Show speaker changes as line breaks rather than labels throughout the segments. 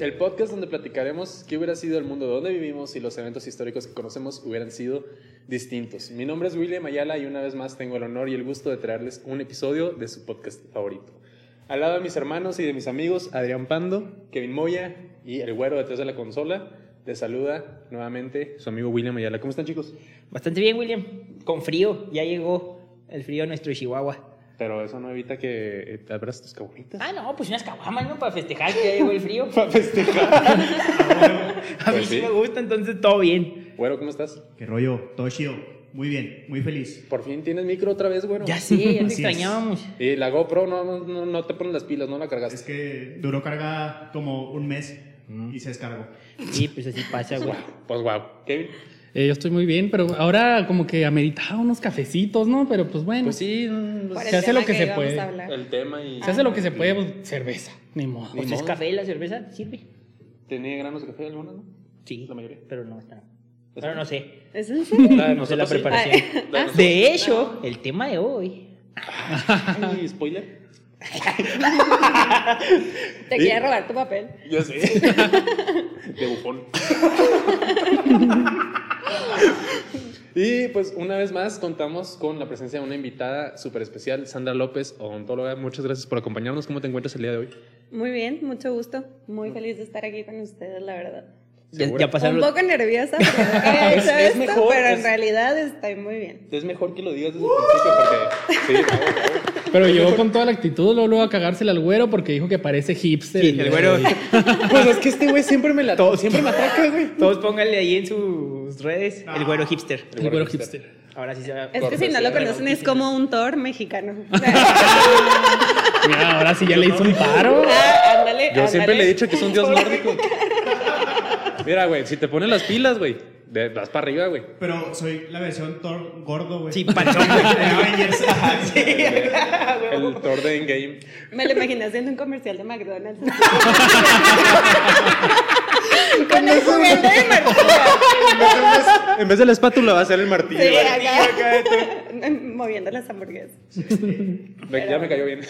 el podcast donde platicaremos qué hubiera sido el mundo donde vivimos si los eventos históricos que conocemos hubieran sido distintos. Mi nombre es William Ayala y una vez más tengo el honor y el gusto de traerles un episodio de su podcast favorito. Al lado de mis hermanos y de mis amigos, Adrián Pando, Kevin Moya y el güero detrás de la consola, les saluda nuevamente su amigo William Ayala. ¿Cómo están, chicos?
Bastante bien, William. Con frío, ya llegó el frío a nuestro Chihuahua.
Pero eso no evita que eh, te abras tus caguamitas.
Ah, no, pues unas caguamas, ¿no? Para festejar que ya llegó el frío.
Para festejar.
A mí
Pues
Ah, sí
sí.
me gusta, entonces todo bien.
Güero, ¿cómo estás?
¿Qué rollo? Todo chido. Muy bien, muy feliz.
Por fin tienes micro otra vez, güero.
Ya sí, ya te
Así es.
extrañábamos.
Y la GoPro no, no, no te ponen las pilas, no la cargaste.
Es que duró carga como un mes y se descargó.
Sí, pues así pasa, güey.
Pues wow. Kevin.
Eh, yo estoy muy bien, pero ahora como que ameritaba unos cafecitos, ¿no? Pero pues bueno,
Pues sí, mm, pues,
Por
Se
el
hace
tema
lo que se
íbamos
puede.
a hablar.
el tema y.
se hace lo que se puede, pues, cerveza, ni modo.
Ni
¿Ustedes
modo.
Pues café y la cerveza? ¿Sirve?
¿Tenía granos de café alguna, no?
Sí.
La mayoría.
Pero no está. Pero no sé.
¿Es en serio?
La de
No sé Pues la
nosotros sí. La
preparación.
Ah,
de nosotros.
De hecho, el tema de hoy.
Ay, spoiler.
Te
Sí.
quiere robar tu papel.
Yo sé. De bufón. Y pues una vez más contamos con la presencia de una invitada súper especial, Sandra López, odontóloga. Muchas gracias por acompañarnos. ¿Cómo te encuentras el día de hoy?
Muy bien, mucho gusto. Muy feliz de estar aquí con ustedes, la verdad.
Ya,
Seguro.
ya pasaron
Un
los-
poco nerviosa porque nunca había
Es-
hecho
es
esto,
mejor,
pero
es-
en realidad estoy muy bien.
Es mejor que lo digas desde el principio porque... Sí, bravo, bravo.
Pero yo con toda la actitud luego, luego a cagársela al güero porque dijo que parece hipster.
Sí, el güero.
Pues es que este güey siempre me la... Siempre me ataca, güey.
Todos pónganle ahí en sus redes el güero hipster.
El güero hipster.
Ahora sí se va.
Es que si no lo conocen es como un Thor mexicano.
Mira, ahora sí ya le hizo un paro.
Ah, ándale,
Yo
ándale.
siempre le he dicho que es un dios nórdico. Mira, güey, si te pones las pilas, güey, de- vas para arriba, güey.
Pero soy la versión Thor gordo, güey.
Sí,
De
panchón.
Avengers.
El Thor de Endgame.
Me lo imaginé haciendo un comercial de McDonald's. Con el juguete de Martina.
En vez de la espátula va a ser el martillo.
Sí,
güey.
acá. Moviendo las hamburguesas.
Ve, Ya me cayó bien.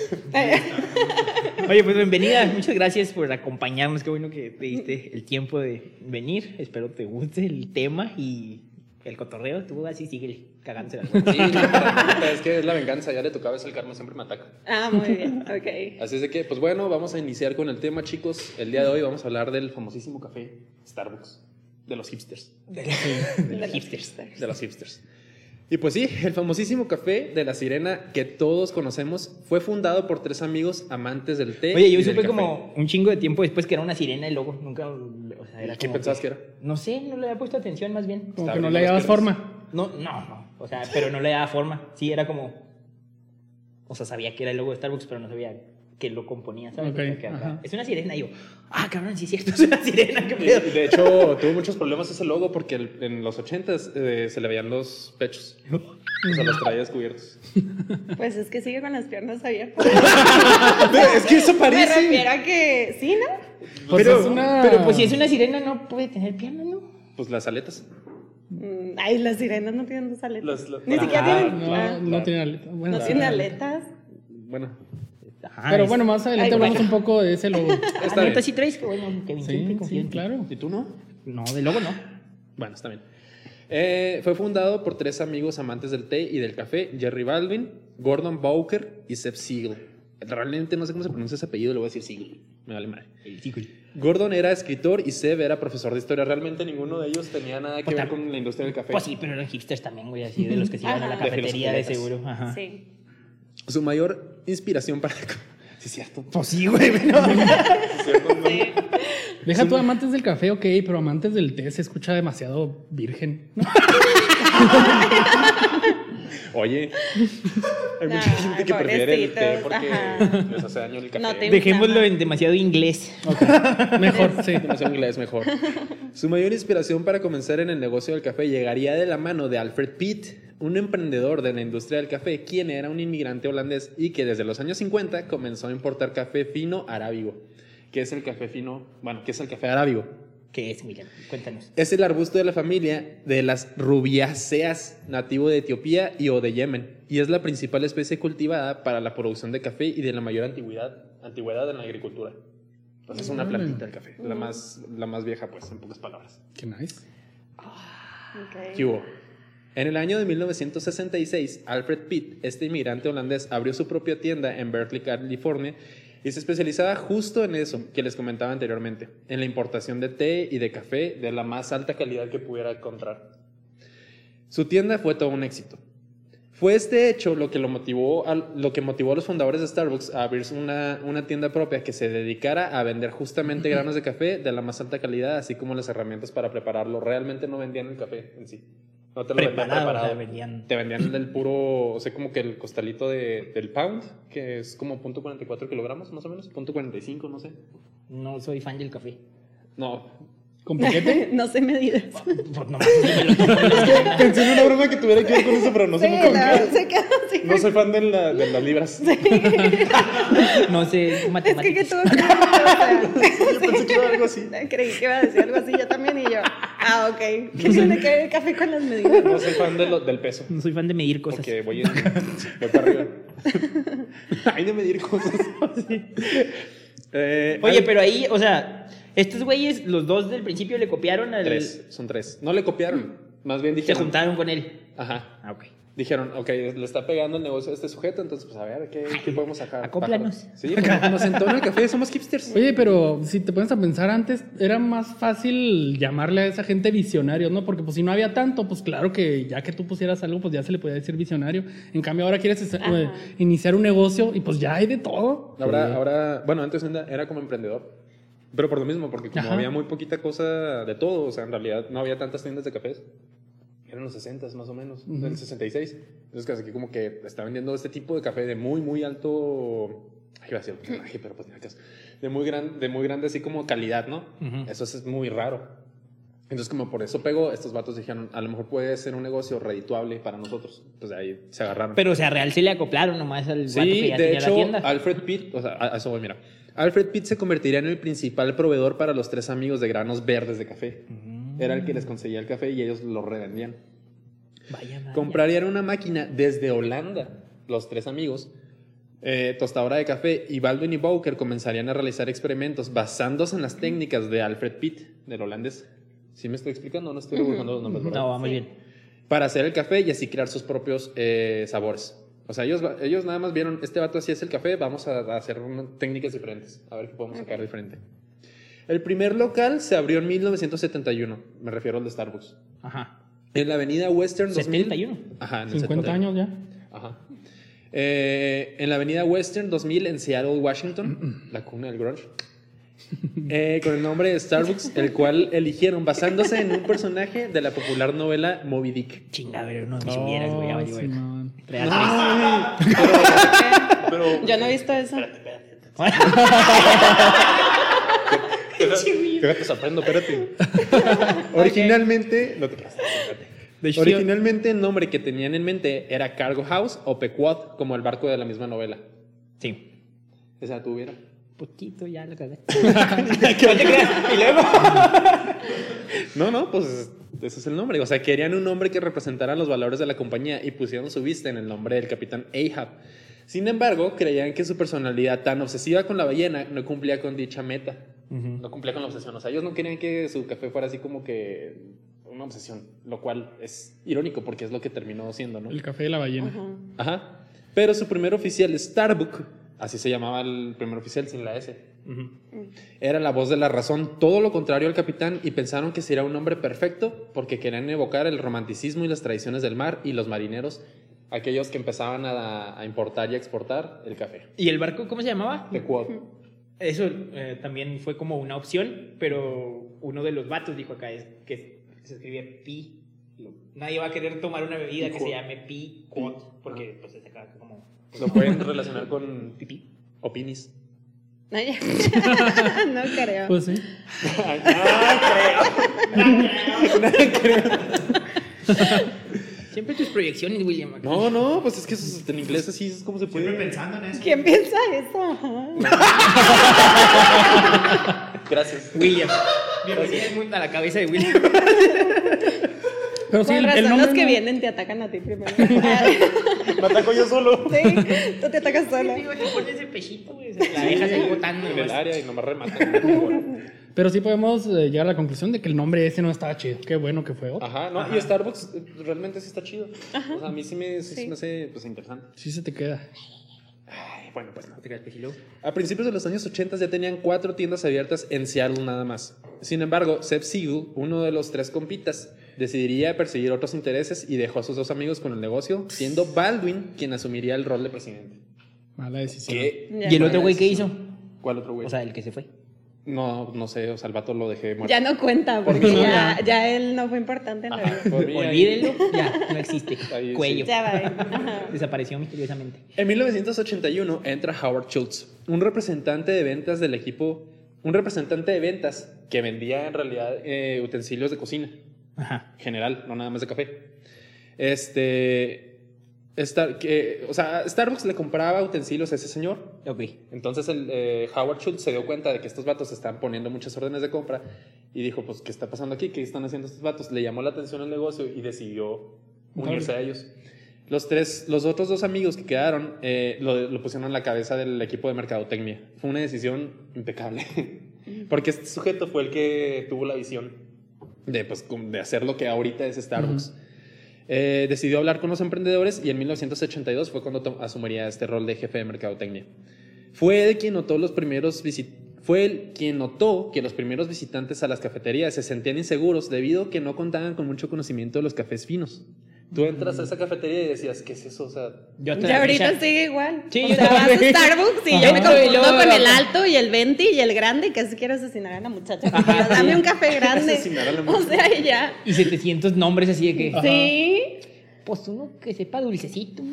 Oye, pues bienvenida. Muchas gracias por acompañarnos. Qué bueno que te diste el tiempo de venir. Espero te guste el tema y el cotorreo. Tú así sigue cagándose
Sí, puta, es que es la venganza, ya le tocaba es el karma, siempre me ataca.
Ah, muy bien, ok.
Así es de que, pues bueno, vamos a iniciar con el tema, chicos. El día de hoy vamos a hablar del famosísimo café Starbucks, de los hipsters.
de los hipsters.
De los hipsters. Y pues sí, el famosísimo café de la sirena que todos conocemos fue fundado por tres amigos amantes del té.
Oye,
y
yo
del
supe
café.
como un chingo de tiempo después que era una sirena y luego nunca. O sea, era
¿Qué
como
pensabas que era?
No sé, no le había puesto atención más bien.
Como
Está
que no
abriendo
le dabas
las piernas.
forma.
No, no, no. O sea, pero no le daba forma. Sí, era como. O sea, sabía que era el logo de Starbucks, pero no sabía que lo componía, ¿sabes?
Ok,
O sea, que acá-
ajá.
es una sirena. Y yo, ah, cabrón, sí es cierto, es una sirena, qué pedo.
Y, De hecho, tuvo muchos problemas ese logo porque el- en los 80s eh, se le veían los pechos. O sea, los traía descubiertos.
Pues es que sigue con las piernas abiertas.
es que eso
Me refiero a que. ¿Sí, no?
Pues
Pero-
es una...
Pero pues si es una sirena no puede tener pierna, ¿no?
Pues las aletas.
Mm, Ay, las sirenas no tienen dos aletas.
Las- las-
Ni siquiera
Ah,
tienen.
No,
ah,
no tiene aleta. Bueno,
no
sí.
tienen aletas.
Bueno,
Pero bueno, más adelante
Ay,
hablamos
bueno.
un poco de ese logo.
está
Ah,
está
bien.
sí traes, bueno, Kevin, siempre
Sí,
confío
sí,
en ti.
claro.
¿y tú no?
No, de logo no.
Bueno, está bien. Eh, fue fundado por tres amigos amantes del té y del café: Jerry Baldwin, Gordon Bowker y Seb Siegel. Realmente no sé cómo se pronuncia ese apellido, le voy a decir Siegel. Me vale madre. Gordon era escritor y Seb era profesor de historia. Realmente ninguno de ellos tenía nada que
Pues
ver
tam-
con la industria del café.
Pues sí, pero eran hipsters también, güey, así de los que se iban a la
Ajá.
De
cafetería de
filosofetas.
seguro. Ajá.
Sí.
Su mayor inspiración para. Sí, es cierto.
Pues sí, güey, bueno.
Sí.
Deja tú amantes del café, ok, pero amantes del té se escucha demasiado virgen. ¿no?
Oye, hay
No,
mucha gente que prefiere el té porque
pobrecitos,
les hace daño el café.
No te-
Dejémoslo en demasiado inglés.
Mejor, sí.
No sé inglés mejor. Su mayor inspiración para comenzar en el negocio del café llegaría de la mano de Alfred Pitt, un emprendedor de la industria del café, quien era un inmigrante holandés y que desde los años 50 comenzó a importar café fino arábigo. ¿Qué es el café fino? Bueno, ¿qué es el café arábigo?
¿Qué es, William? Cuéntanos.
Es el arbusto de la familia de las rubiáceas, nativo de Etiopía y o de Yemen, y es la principal especie cultivada para la producción de café y de la mayor antigüedad, antigüedad en la agricultura. Pues es una
Órale.
plantita el café, la más, la más vieja, pues, en pocas palabras.
Qué nice.
Ok.
¿Qué hubo? En el año de 1966, Alfred Pitt, este inmigrante holandés, abrió su propia tienda en Berkeley, California, y se especializaba justo en eso que les comentaba anteriormente, en la importación de té y de café de la más alta calidad que pudiera encontrar. Su tienda fue todo un éxito. Fue este hecho lo que, lo, motivó al- lo que motivó a los fundadores de Starbucks a abrir una, una tienda propia que se dedicara a vender justamente granos de café de la más alta calidad, así como las herramientas para prepararlo. Realmente no vendían el café en sí. No te lo vendían
Preparado,
preparado.
o sea, vendían-
Te vendían el puro, o sea, como que el costalito de- del pound, que es como 0.44 kilogramos, más o menos, 0.45, no sé.
No soy fan del café.
No.
¿Con paquete?
no sé medidas.
Pues nomás es el-
Pensé en una broma que tuviera que ver con eso, pero no
Sí, la verdad se quedó así.
No soy fan de, la- de las libras.
no sé
Es que que
matemáticas.
tuvo que o sea,
Yo pensé que era algo así.
Creí que iba a decir algo así yo también y yo. Ah, ok. ¿Qué tiene que ver el café con las medidas?
No soy fan de lo- del peso.
No soy fan de medir cosas.
Porque voy, en- voy para arriba. Hay de medir cosas. Eh,
Oye,
al-
pero ahí, o sea, estos güeyes, los dos del principio le copiaron al.
Tres, son tres. No le copiaron. Más bien
Se
dijeron.
juntaron con él.
Ajá.
Ah, ok.
Dijeron, ok, le está pegando el negocio a este sujeto, entonces pues a ver, ¿qué, qué podemos sacar?
Acóplanos.
Pájaros. Sí, pues, nos sentó en el café, somos hipsters.
Oye, pero si te pones a pensar antes, era más fácil llamarle a esa gente visionarios, ¿no? Porque pues si no había tanto, pues claro que ya que tú pusieras algo, pues ya se le podía decir visionario. En cambio, ahora quieres hacer-
Ajá.
eh, iniciar un negocio y pues ya hay de todo.
Ahora, ahora, bueno, antes era era como emprendedor. Pero por lo mismo, porque como
Ajá.
había muy poquita cosa de todo, o sea, en realidad no había tantas tiendas de cafés. Eran los 60 más o menos, en el 66. Entonces, casi que como que está vendiendo este tipo de café de muy, muy alto. Ay, iba a decir porcentaje, pero pues nada que hacer. de muy, gran, de muy grande, así como calidad, ¿no?
Ujú.
Eso es muy raro. Entonces, como por eso pegó, estos vatos dijeron: a lo mejor puede ser un negocio redituable para nosotros. Pues de ahí se agarraron.
Pero, o sea, real se le acoplaron nomás al vato que
Sí,
ya
de
tenía la
hecho,
tienda.
Alfred Pitt, o sea, a- a eso voy, mira. Alfred Pitt se convertiría en el principal proveedor para los tres amigos de granos verdes de café. Era el que les conseguía el café y ellos lo revendían.
Ah, Vaya, vaya.
Comprarían una máquina desde Holanda, los tres amigos, eh, tostadora de café, y Baldwin y Bowker comenzarían a realizar experimentos basándose en las técnicas de Alfred Pitt, del holandés. ¿Sí me estoy explicando? No estoy dibujando los nombres, ¿verdad?
No, vamos bien.
para hacer el café y así crear sus propios eh, sabores. O sea, ellos, ellos nada más vieron, este vato así es el café, vamos a, a hacer un- técnicas diferentes, a ver qué podemos sacar diferente. El primer local se abrió en 1971, me refiero al de Starbucks.
Ajá.
En la avenida Western 2000.
71.
Ajá, en el
50
71.
años ya.
Ajá. Eh, en la avenida Western 2000 en Seattle, Washington, la cuna del grunge. Eh, con el nombre de Starbucks, el cual eligieron basándose en un personaje de la popular novela Moby Dick.
Chinga, pero no me subieras, güey. Ya valió, güey.
Simón.
Real.
Yo no he visto eso.
Fíjate, sorprendo, espérate. Originalmente, no te creas, espérate. Originalmente el nombre que tenían en mente era Cargo House o Pequod, como el barco de la misma novela.
Sí.
Esa tuviera.
Poquito ya lo cagué. no te creas. Y luego.
No, no, pues ese es el nombre. O sea, querían un nombre que representara los valores de la compañía y pusieron su vista en el nombre del capitán Ahab. Sin embargo, creían que su personalidad tan obsesiva con la ballena no cumplía con dicha meta. No cumplía con la obsesión. O sea, ellos no querían que su café fuera así como que una obsesión, lo cual es irónico porque es lo que terminó siendo, ¿no?
El café de la ballena.
Ajá. Pero su primer oficial, Starbuck, así se llamaba el primer oficial sin la S, era la voz de la razón, todo lo contrario al capitán, y pensaron que sería un hombre perfecto porque querían evocar el romanticismo y las tradiciones del mar y los marineros, aquellos que empezaban a, a importar y a exportar el café.
¿Y el barco cómo se llamaba?
De Cuau.
Eso eh, también fue como una opción, pero uno de los vatos dijo acá es que se escribía pi. Nadie va a querer tomar una bebida que se llame pi quot,
Ah.
porque pues se acaba como
Lo pueden relacionar con
pipí.
opinis.
No, ya. no creo.
Pues sí.
Siempre tus proyecciones, William. acá.
No, no, pues es que eso es- en inglés así es como se
Siempre
puede.
pensando en eso.
¿Quién piensa eso? Ajá.
Gracias.
William. Bienvenido al mundo- a la cabeza de William.
Pero sí,
Con
el, el
razón,
nombre.
los que
no-
vienen te atacan a ti primero.
Me ataco yo solo.
sí, tú te atacas sola.
Digo, le pones el pechito, güey. se La dejas ahí botando.
en el
nomás.
área y nomás rematan.
Pero sí podemos eh, llegar a la conclusión de que el nombre ese no estaba chido. Qué bueno que fue. otro.
Ajá, no, y Starbucks eh, realmente sí está chido. O sea, a mí sí me, sí se me hace pues, interesante.
Sí se te queda.
Ay, bueno, pues no.
No te creas, pejilo.
A principios de los años 80 ya tenían cuatro tiendas abiertas en Seattle nada más. Sin embargo, Seb Siegel, uno de los tres compitas, decidiría perseguir otros intereses y dejó a sus dos amigos con el negocio, siendo Baldwin quien asumiría el rol de presidente.
Mala decisión.
Ya.
¿Y el otro güey qué hizo?
¿Cuál otro güey?
O sea, el que se fue.
no, no sé, o sea, el vato lo dejé muerto.
Ya no cuenta, porque
No,
ya, ya él no fue importante en la vida.
Por mí, ahí-
Olvídenlo, ya, no existe.
Ahí sí.
Cuello.
Ya va. él. Ajá.
Desapareció misteriosamente.
En 1981 entra Howard Schultz, un representante de ventas del equipo, un representante de ventas que vendía en realidad eh, utensilios de cocina
Ajá.
general, no nada más de café. Este, Star- que, o sea, Starbucks le compraba utensilios a ese señor.
Ok.
Entonces el, eh, Howard Schultz se dio cuenta de que estos vatos están poniendo muchas órdenes de compra y dijo, pues, ¿qué está pasando aquí? ¿Qué están haciendo estos vatos? Le llamó la atención el negocio y decidió unirse a ellos. Los, tres, los otros dos amigos que quedaron eh, lo, lo pusieron en la cabeza del equipo de mercadotecnia. Fue una decisión impecable, porque este sujeto fue el que tuvo la visión de, pues, como de hacer lo que ahorita es Starbucks. Eh, decidió hablar con los emprendedores y en 1982 fue cuando to- asumiría este rol de jefe de mercadotecnia. Fue él quien notó los primeros visi- fue él quien notó que los primeros visitantes a las cafeterías se sentían inseguros debido a que no contaban con mucho conocimiento de los cafés finos. Tú entras a esa cafetería y decías, ¿qué es eso? O sea,
Yo hasta
Ya
la
ahorita
fecha-
sigue igual.
Sí,
o
yo
sea, vas a
también.
Starbucks y
Ajá.
yo me
Y luego
confundo con
la-
el alto y el 20 y el grande y casi quiero asesinar a la muchacha.
Ajá, sí.
Dame un café grande.
Asesinar a la
O
muchacha.
sea, y ya.
Y 700 nombres así de que.
Sí.
Pues uno que sepa dulcecito.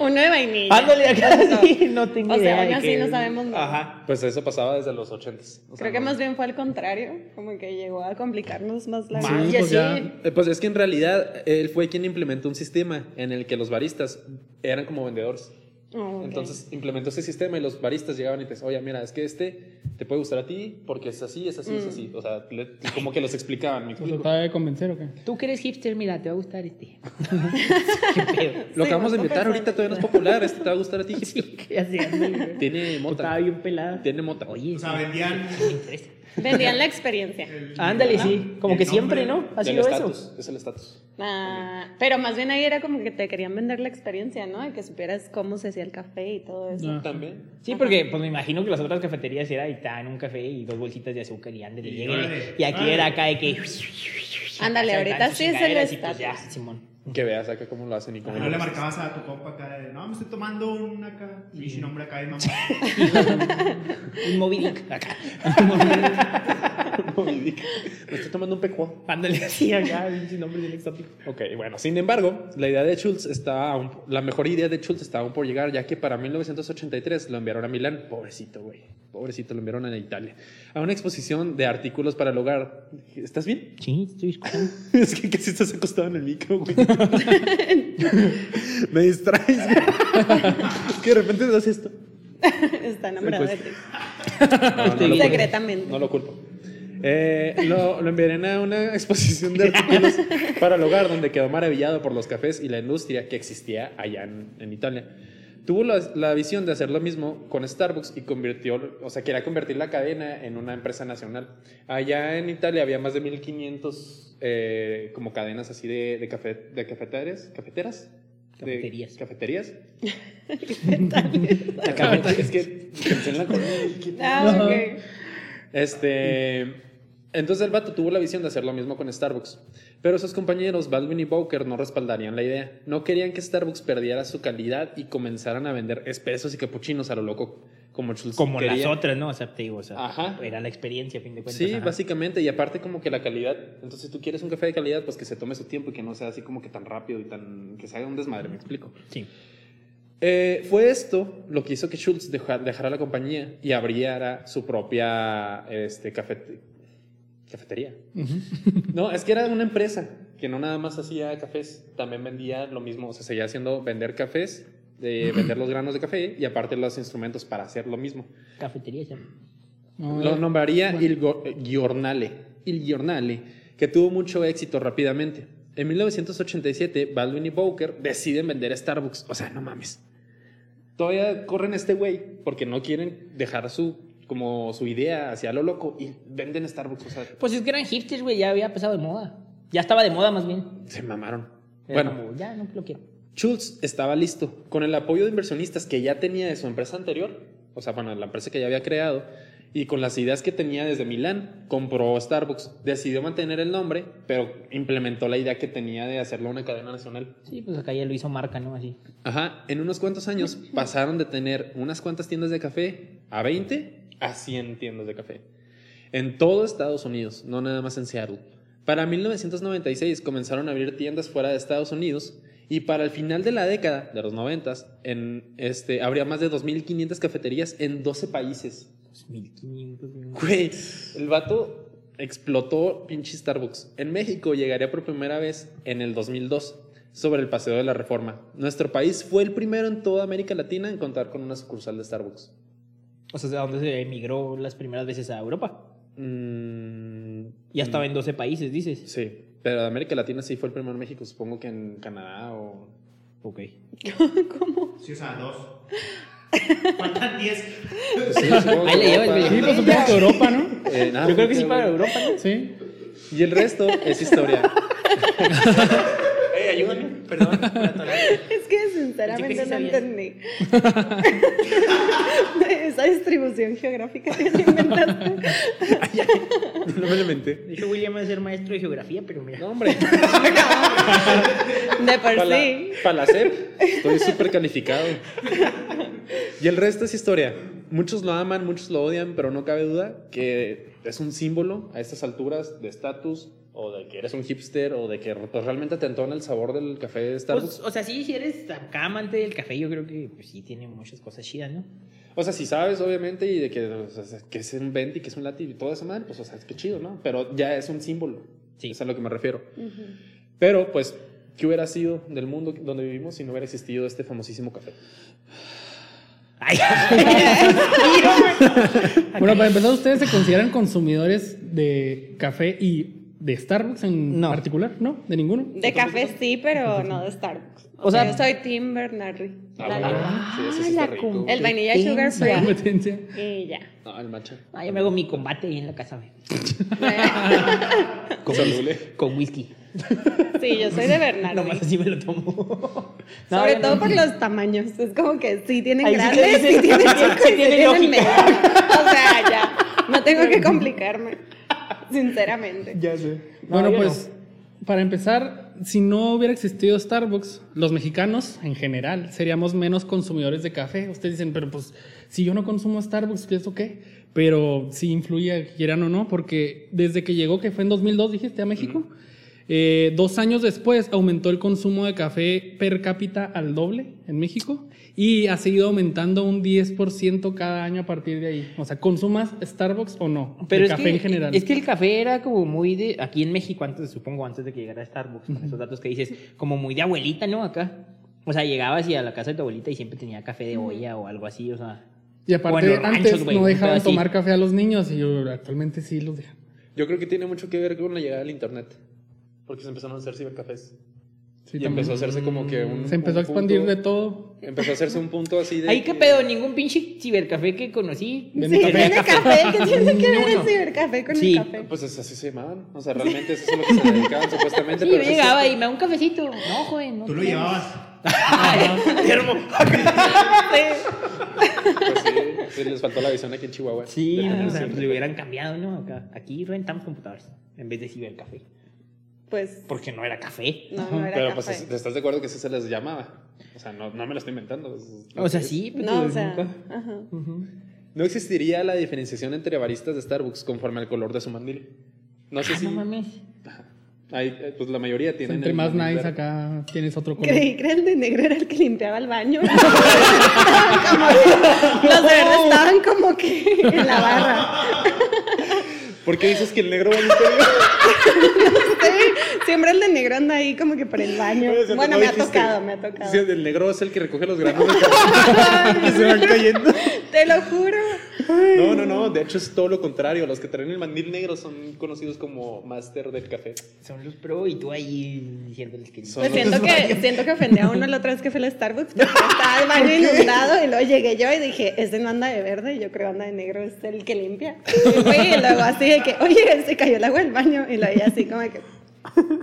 Uno de vainilla.
Ándale, acá
Eso.
sí, no tengo
O sea,
idea.
aún
de
así
qué-
no sabemos nada.
Ajá.
pues eso pasaba desde los 80s. O sea,
Creo que
no-
más bien fue al contrario, como que llegó a complicarnos más la
Sí,
vida.
pues ya.
Eh, Pues es que en realidad él fue quien implementó un sistema en el que los baristas eran como vendedores.
Oh, ok.
Entonces implementó ese sistema y los baristas llegaban y te decían, oye, mira, es que este te puede gustar a ti porque es así, es así,
Mm.
es así. O sea, le- como que los explicaban. ¿me
¿Lo
explico?
trataba de convencer o qué?
Tú que eres hipster, mira, te va a gustar este. qué pedo.
Lo
Sí,
acabamos de
no
inventar
pensé.
ahorita, todavía no es popular. Este te va a gustar a ti.
Sí, ¿qué haciendo, güey?
Tiene
Estaba
mota.
bien pelada.
Tiene mota.
Oye,
O sea, vendían.
me interesa.
Vendían la experiencia.
el-
Ándale, sí. Como
el
que siempre, ¿no?
nombre.
Ha
Del
sido eso.
estatus, Es el estatus.
Ah, pero más bien ahí era como que te querían vender la experiencia, ¿no? De que supieras cómo se hacía el café y todo eso.
Ah.
También.
Sí, porque pues me imagino que las otras cafeterías era y tan un café y dos bolsitas de azúcar y ándale,
Y
lléguenle.
órale,
Y aquí
órale.
era acá de que.
Ándale,
sacan
ahorita
sus
sí es el
chingaderas y, pues, ya,
estatus.
Simón.
Que veas acá cómo lo hacen y cómo
Ah, No
lo
le
hacen.
marcabas a tu compa acá de, no, me estoy tomando un acá. Y sin nombre acá de mamá.
Un Moby Dick acá. Un Moby Dick.
Me estoy tomando un pecuá.
Ándale, así acá, sin nombre bien exótico.
Ok, bueno, sin embargo, la idea de Schultz está aún- la mejor idea de Schultz estaba aún por llegar, ya que para 1983 lo enviaron a Milán, pobrecito güey, pobrecito, lo enviaron a Italia, a una exposición de artículos para el hogar. ¿Estás bien?
Sí, estoy escuchando.
Es que casi estás acostado en el micro, güey. Me distraes, güey. Es que de repente das esto.
Está enamorado
Pues-
de ti.
No, no lo culpo.
Secretamente.
No lo culpo. Eh, lo, lo enviaron a una exposición de artículos para el hogar, donde quedó maravillado por los cafés y la industria que existía allá en, en Italia. Tuvo la, la visión de hacer lo mismo con Starbucks y convirtió, o sea, quería convertir la cadena en una empresa nacional. Allá en Italia había más de 1500 eh, como cadenas así de, de, café, de cafeterías, cafeteras, de
Cafeterías.
cafeterías.
La cafeta.
Es que pensé en la comida y qué
Ah, ok.
este. Entonces el vato tuvo la visión de hacer lo mismo con Starbucks, pero sus compañeros Baldwin y Bowker no respaldarían la idea. No querían que Starbucks perdiera su calidad y comenzaran a vender espresos y capuchinos a lo loco, como Schultz
Como las
Pues, quería.
otras, ¿no? O sea, te digo, o sea,
Ajá.
era la experiencia, a fin de cuentas.
Sí,
ajá.
básicamente, y aparte como que la calidad, entonces si tú quieres un café de calidad, pues que se tome su tiempo y que no sea así como que tan rápido y tan... que se haga un desmadre, me explico.
Sí.
Eh, fue esto lo que hizo que Schultz deja- dejara la compañía y abriera su propia este, cafete- cafetería. No, es que era una empresa que no nada más hacía cafés, también vendía lo mismo, o sea, seguía haciendo vender cafés, de vender los granos de café y aparte los instrumentos para hacer lo mismo.
Cafetería, se llama.
No,
Lo nombraría eh, Il Go- Giornale. Il Giornale, que tuvo mucho éxito rápidamente. En 1987, Baldwin y Bowker deciden vender a Starbucks. O sea, no mames. Todavía corren a este güey porque no quieren dejar su, como su idea hacia lo loco y venden a Starbucks. O sea,
Pues es que eran hipsters, güey, ya había pasado de moda. Ya estaba de moda más bien.
se mamaron.
Era
Bueno,
como, ya no lo quiero.
Schultz estaba listo. Con el apoyo de inversionistas que ya tenía de su empresa anterior, o sea, bueno, la empresa que ya había creado, y con las ideas que tenía desde Milán, compró Starbucks. Decidió mantener el nombre, pero implementó la idea que tenía de hacerlo una cadena nacional.
Sí, pues acá ya lo hizo marca, ¿no? Así.
Ajá, en unos cuantos años pasaron de tener unas cuantas tiendas de café a 20 a 100 tiendas de café. En todo Estados Unidos, no nada más en Seattle. Para 1996 comenzaron a abrir tiendas fuera de Estados Unidos y para el final de la década de los 90 en este habría más de 2500 cafeterías en 12 países.
1500, güey.
Güey, el vato explotó pinche Starbucks. En México llegaría por primera vez en el 2002 sobre el paseo de la reforma. Nuestro país fue el primero en toda América Latina en contar con una sucursal de Starbucks.
O sea, de donde se emigró las primeras veces a Europa.
Mm,
Ya estaba en 12 países, dices.
sí, pero de América Latina sí fue el primero en México, supongo que en Canadá o...
Ok.
Sí, o sea, dos. Faltan diez.
Ahí le lleva el
Sí, pues supongo que Europa, ¿no?
Eh, nada,
Yo creo que sí
güey.
para Europa, ¿no?
Sí.
Y el resto es historia.
Ey, ayúdame. Perdón.
Es que sinceramente
Sí, sí
no
sabía.
entendí. Esa distribución geográfica que te inventaste.
no me lamenté.
De hecho, William va a ser maestro de geografía, pero mira.
No, hombre.
De por
Pues
Para la,
sí.
pa' la SEP. Estoy súper calificado. Y el resto es historia. Muchos lo aman, muchos lo odian, pero no cabe duda que es un símbolo a estas alturas de estatus o de que eres un hipster o de que pues, realmente te entona el sabor del café de
Pues,
Starbucks.
o sea, sí, si eres acá amante del café, yo creo que pues, sí tiene muchas cosas chidas, ¿no?
O sea, si sabes, obviamente, y de que, o sea, que es un venti, que es un latte y toda esa madre, pues, o sea, es que chido, ¿no? Pero ya es un símbolo.
Sí.
Es a lo que me refiero.
Ujú.
Pero, pues, ¿qué hubiera sido del mundo donde vivimos si no hubiera existido este famosísimo café?
Ay,
Bueno, para empezar, ¿ustedes se consideran consumidores de café y de Starbucks en
No.
particular? ¿No? ¿De ninguno?
De café sí, pero no de Starbucks. O,
O
sea,
sea-
yo soy Tim Bernardi.
Ah,
La
bueno.
neta.
Sí, ese sí está rico.
El vainilla sugar
La
free
competencia.
y ya.
No, el matcha.
Ay, Ah, yo me hago mi combate ahí en la casa, güey.
Con saludable.
Con whisky.
Sí, yo soy de Bernardi.
Nomás así me lo tomo. No,
Sobre
no,
todo
no.
por los tamaños. Es como que sí tienen
Ahí sí que
grandes
dices-
y tienen
sí
chicos y
tiene
tienen
lógica.
medianos. O sea, ya. No tengo que complicarme. Sinceramente.
Ya sé. No,
bueno,
yo
pues, para empezar, si no hubiera existido Starbucks, los mexicanos en general seríamos menos consumidores de café. Ustedes dicen, pero pues, si yo no consumo Starbucks, ¿qué eso qué? Pero sí influye, quieran o no, porque desde que llegó, que fue en 2002, dijiste, a México, eh, dos años después aumentó el consumo de café per cápita al doble en México y ha seguido aumentando un 10% cada año a partir de ahí. O sea, consumas Starbucks o no,
Pero
de
es
café
que,
en general.
Es que el café era como muy de. Aquí en México, antes, supongo, antes de que llegara Starbucks, con esos datos que dices, como muy de abuelita, ¿no? Acá. O sea, llegabas y a la casa de tu abuelita y siempre tenía café de olla o algo así, o sea.
Y aparte,
Bueno, ranchos,
antes
güey,
no
un pedo
dejaban
así.
tomar café a los niños y yo, actualmente sí los dejan.
Yo creo que tiene mucho que ver con la llegada del internet. Porque se empezaron a hacer cibercafés.
Sí,
y
también.
empezó a hacerse como que un.
Se empezó a
un
expandir
punto-
de todo.
Empezó a hacerse un punto así de.
Ahí qué pedo, ningún pinche cibercafé que conocí.
Sí,
Vende café.
tiene café. ¿Qué tiene que ver el
Ninguno.
cibercafé con
Sí.
el café?
Pues es- así se llamaban. O sea, realmente eso es a lo que se dedicaban supuestamente.
Sí, yo
pero eso es-
llegaba y me da un cafecito. No, joven. No
Tú lo
tengo.
llevabas.
Termo.
pues sí, sí, les faltó la visión aquí en Chihuahua.
Sí,
De-
o sea, pues, le hubieran cambiado, ¿no? Acá. Aquí rentamos computadores en vez de cibercafé.
Pues
Porque no era café.
no, no era
Pero pues,
café.
es- ¿estás de acuerdo que sí se les llamaba? O sea, no, no me lo estoy inventando. es-
O sea, sí, pero
no, o sea,
nunca.
ajá.
Ujú.
No existiría la diferenciación entre baristas de Starbucks conforme al color de su mandil. No sé
Ah,
si.
no mames.
Ahí, eh, pues la mayoría tienen.
Entre
el
más
mandil
nice
verde.
acá tienes otro color.
Creí que el de negro era el que limpiaba el baño. Como que los verdes estaban como que en la barra.
¿Por qué dices que el negro va al interior?
Sí, siempre el de negro anda ahí como que por el baño.
Oye, o sea,
Bueno,
no
me ha
dijiste.
tocado, me ha tocado.
Sí, el negro es el que recoge los granos de café que se van cayendo.
Te lo juro.
No, no, no. De hecho, es todo lo contrario. Los que traen el mandil negro son conocidos como máster del café.
Son los pro y tú ahí diciéndoles que
Son-
Pues siento que, siento que ofendí a uno la otra vez que fue al Starbucks porque estaba el baño inundado y luego llegué yo y dije, este no anda de verde y yo creo anda de negro, es el que limpia. Y fui y luego así de que, oye, se cayó el agua del baño y lo vi así como de que...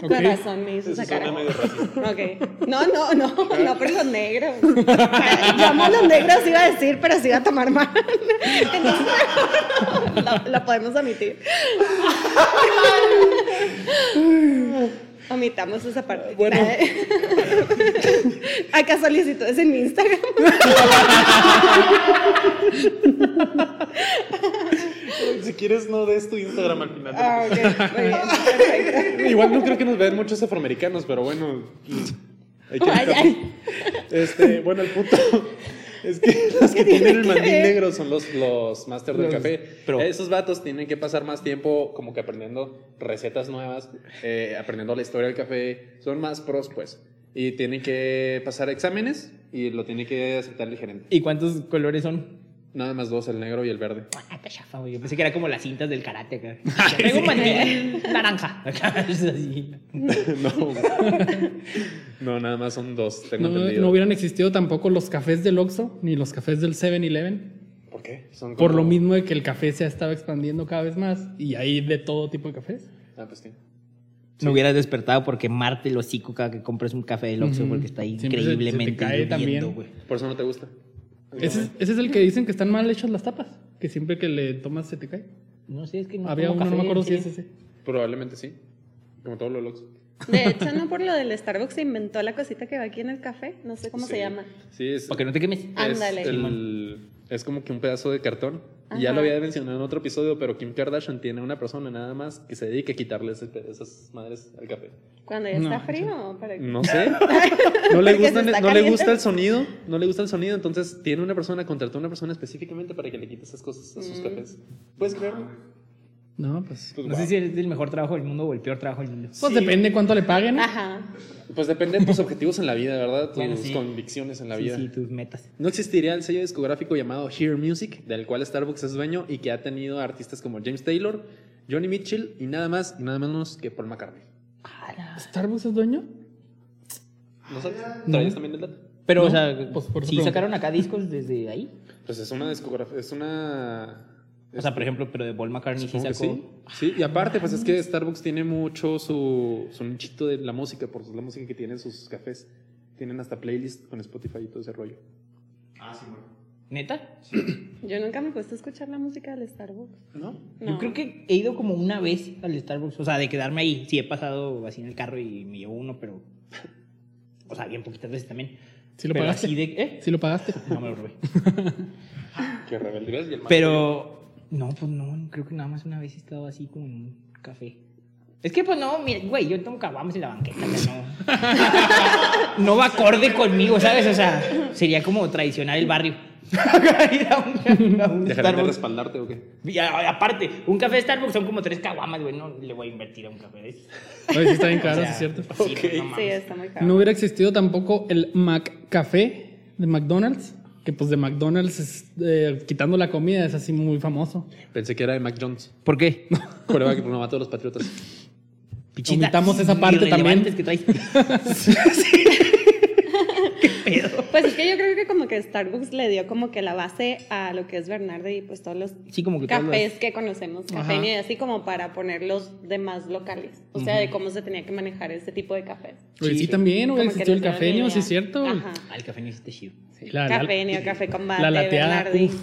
La razón me hizo
Eso
esa cara.
suena medio racista.
Ok. No, no, no, no por los negros. Yo amo a los negros, iba a decir, pero se iba a tomar mal. Entonces, lo, lo podemos omitir. Omitamos esa parte.
Bueno.
Acá solicitudes en mi Instagram.
Si quieres, no des tu Instagram al final.
Ah, ok, muy bien, perfecto.
Igual no creo que nos vean muchos afroamericanos, pero bueno. hay que
Ay, ay.
Este, bueno, el punto es que los que tienen el
que
mandil
ver?
negro son los, los máster del
Los
café.
pro.
Esos vatos tienen que pasar más tiempo como que aprendiendo recetas nuevas, eh, aprendiendo la historia del café. Son más pros, pues. Y tienen que pasar exámenes y lo tiene que aceptar el gerente.
¿Y cuántos colores son?
Nada más dos, el negro y el verde.
Ah, qué chafa, güey. Yo pensé que era como las cintas del karate. acá. Tengo un mandil naranja. Es así.
no, güey. no, nada más son dos, tengo
No,
entendido.
no hubieran existido tampoco los cafés del Oxxo ni los cafés del 7-Eleven.
¿Por qué? Son
Por
como-
lo mismo de que el café se ha estado expandiendo cada vez más y hay de todo tipo de cafés.
Ah, pues sí.
No hubieras despertado porque Marte el hocico cada que compras un café del Oxxo
Ujú.
porque está
Siempre se-
increíblemente
se te cae
hirviendo,
también.
güey.
Por eso no te gusta.
Ese, es- ese es el que dicen que están mal hechas las tapas, que siempre que le tomas se te cae.
No sé, es que no
Había
tomo
uno, no
café,
me acuerdo si
sí.
es ese.
Probablemente sí. Como todos los locos.
De hecho, no por lo del Starbucks se inventó la cosita que va aquí en el café. No sé cómo se llama.
Sí, es,
Para que no te quemes.
Ah.
es,
Ándale.
el- es como que un pedazo de cartón. Y Ya
Ajá.
lo había mencionado en otro episodio, pero Kim Kardashian tiene una persona nada más que se dedica a quitarle ese pe- esas madres al café.
Cuando ya
No,
está frío. Para...
No sé. Mm. No le,
Porque se
gustan-
está
no le
caliente.
gusta el sonido. No le gusta el sonido. Entonces tiene una persona, contrató a una persona específicamente para que le quite esas cosas a
Mm.
sus cafés. ¿Puedes creerlo?
No, pues.
Pues,
No sé
wow.
si es el mejor trabajo del mundo o el peor trabajo del mundo.
Pues
Sí.
depende cuánto le paguen. ¿no?
Ajá.
Pues depende de tus objetivos en la vida, ¿verdad? Tus
Bueno, sí.
convicciones en la
Sí,
vida.
sí, tus metas.
No existiría el sello discográfico llamado Hear Music, del cual Starbucks es dueño y que ha tenido artistas como James Taylor, Johnny Mitchell y nada más y nada menos que Paul McCartney.
¿Starbucks es dueño?
¿No sabes? ¿Traías también el dato?
Pero,
No,
o sea,
pues, por eso
sí
pregunto.
sacaron acá discos desde ahí.
Pues es una discografía, es una...
O sea, por ejemplo, pero de Paul McCartney sí
supongo
sacó.
que sí, sí, y aparte, pues es que Starbucks tiene mucho su, su nichito de la música, por la música que tienen sus cafés. Tienen hasta playlist con Spotify y todo ese rollo.
Ah, sí, güey.
¿Neta?
Yo nunca me he puesto a escuchar la música del Starbucks.
¿No?
No.
Yo creo que he ido como una vez al Starbucks. O sea, de quedarme ahí. Sí, he pasado así en el carro y me llevo uno, pero. O sea, bien poquitas veces también.
Sí lo
Pero
pagaste.
así de. ¿eh?
Sí lo pagaste.
No me lo robé.
Que rebeldías y el
Pero. No, pues no, creo que nada más una vez he estado así como en un café. Es que, pues no, mira, güey, yo tomo caguamas en la banqueta, o sea, no. No va acorde conmigo, ¿sabes? O sea, sería como traicionar el barrio. Ir a un- a un
¿Dejarán de
Starbucks.
respaldarte o qué?
Y a- aparte, un café de Starbucks son como tres caguamas, güey. No le voy a invertir a un café de eso.
Oye, sí está bien
O
caro,
sea,
sí es cierto.
sí, pues, no
Ok.
mames.
Sí, está muy caro.
No hubiera existido tampoco el Mac Café de McDonald's, que pues de McDonald's es, eh, quitando la comida es así muy famoso.
Pensé que era de Mac Jones.
¿Por qué?
Coreback que mató a los Patriotas.
Pichitas
Omitamos esa parte
irrelevantes
también.
que traes.
Pues es que yo creo que como que Starbucks le dio como que la base a lo que es Bernardo y pues todos los
Sí, como que todas las-
cafés que conocemos,
Ajá.
café y así como para poner los demás locales, o sea, de cómo se tenía que manejar este tipo de cafés.
Oye,
Sí,
sí,
sí.
también
Como que
hubiera existido el
les dieron
café, ¿no?
idea.
sí es cierto.
Ajá.
Al café no existe chido.
Sí, la, la-
Cafenio, café con
la lateada.
Bernardi.
uf.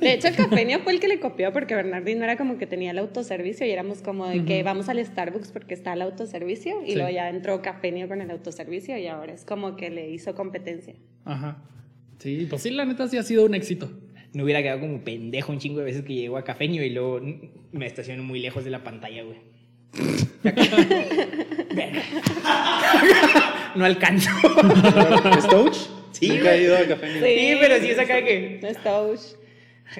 De hecho, el Cafenio fue el que le copió porque Bernardi no era como que tenía el autoservicio y éramos como de que vamos al Starbucks porque está el autoservicio y
Sí.
luego ya entró Cafenio con el autoservicio y ahora es como que le hizo competencia.
Ajá. Sí, pues sí, la neta sí ha sido un éxito.
No hubiera quedado como pendejo un chingo de veces que llego a Cafeño y luego mm, me estaciono muy lejos de la pantalla, güey. Verga. no alcanzo.
¿Stoach?
Sí,
Nunca
güey.
he ido al café.
Sí.
Sí, pero sí es acá que.
No es touch.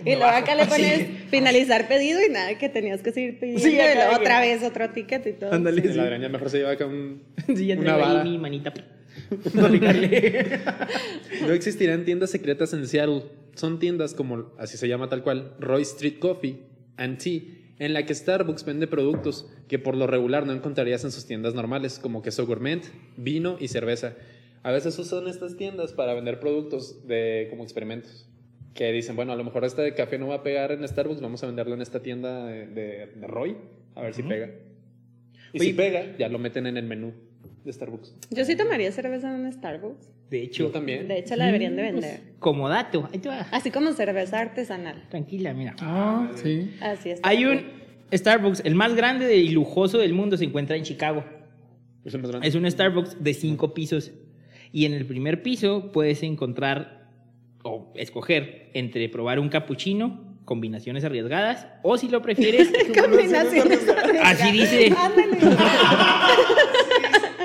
Me
Y luego
bajo.
acá le pones
Sí.
finalizar pedido y nada, que tenías que seguir pidiendo.
Sí, acá
y luego
de que-
otra vez otro ticket y todo.
Ándale,
El Adrián ya mejor se lleva acá un,
Sí, ya
una
tengo ahí
vara.
mi manita.
No existirán tiendas secretas en Seattle. Son tiendas como, así se llama tal cual, Roy Street Coffee and Tea, en la que Starbucks vende productos que por lo regular no encontrarías en sus tiendas normales, como queso gourmet, vino y cerveza. A veces usan estas tiendas para vender productos de, como experimentos. Que dicen, bueno, a lo mejor esta de café no va a pegar en Starbucks, vamos a venderlo en esta tienda de, de- de Roy, a ver si pega. Y si
Oye,
pega, ya lo meten en el menú de Starbucks.
Yo sí tomaría cerveza en un Starbucks.
De
Yo
hecho,
también.
De hecho, la deberían
Mm,
de
pues.
vender.
como dato, ahí te va.
Así como cerveza artesanal.
Ah, Tranquila, mira.
Ah, sí.
Así es.
Hay un Starbucks, el más grande y lujoso del mundo, se encuentra en Chicago.
Es el más grande.
Es un Starbucks de cinco pisos. Y en el primer piso puedes encontrar o escoger entre probar un cappuccino, combinaciones arriesgadas, o si lo prefieres,
Combinaciones
Así dice.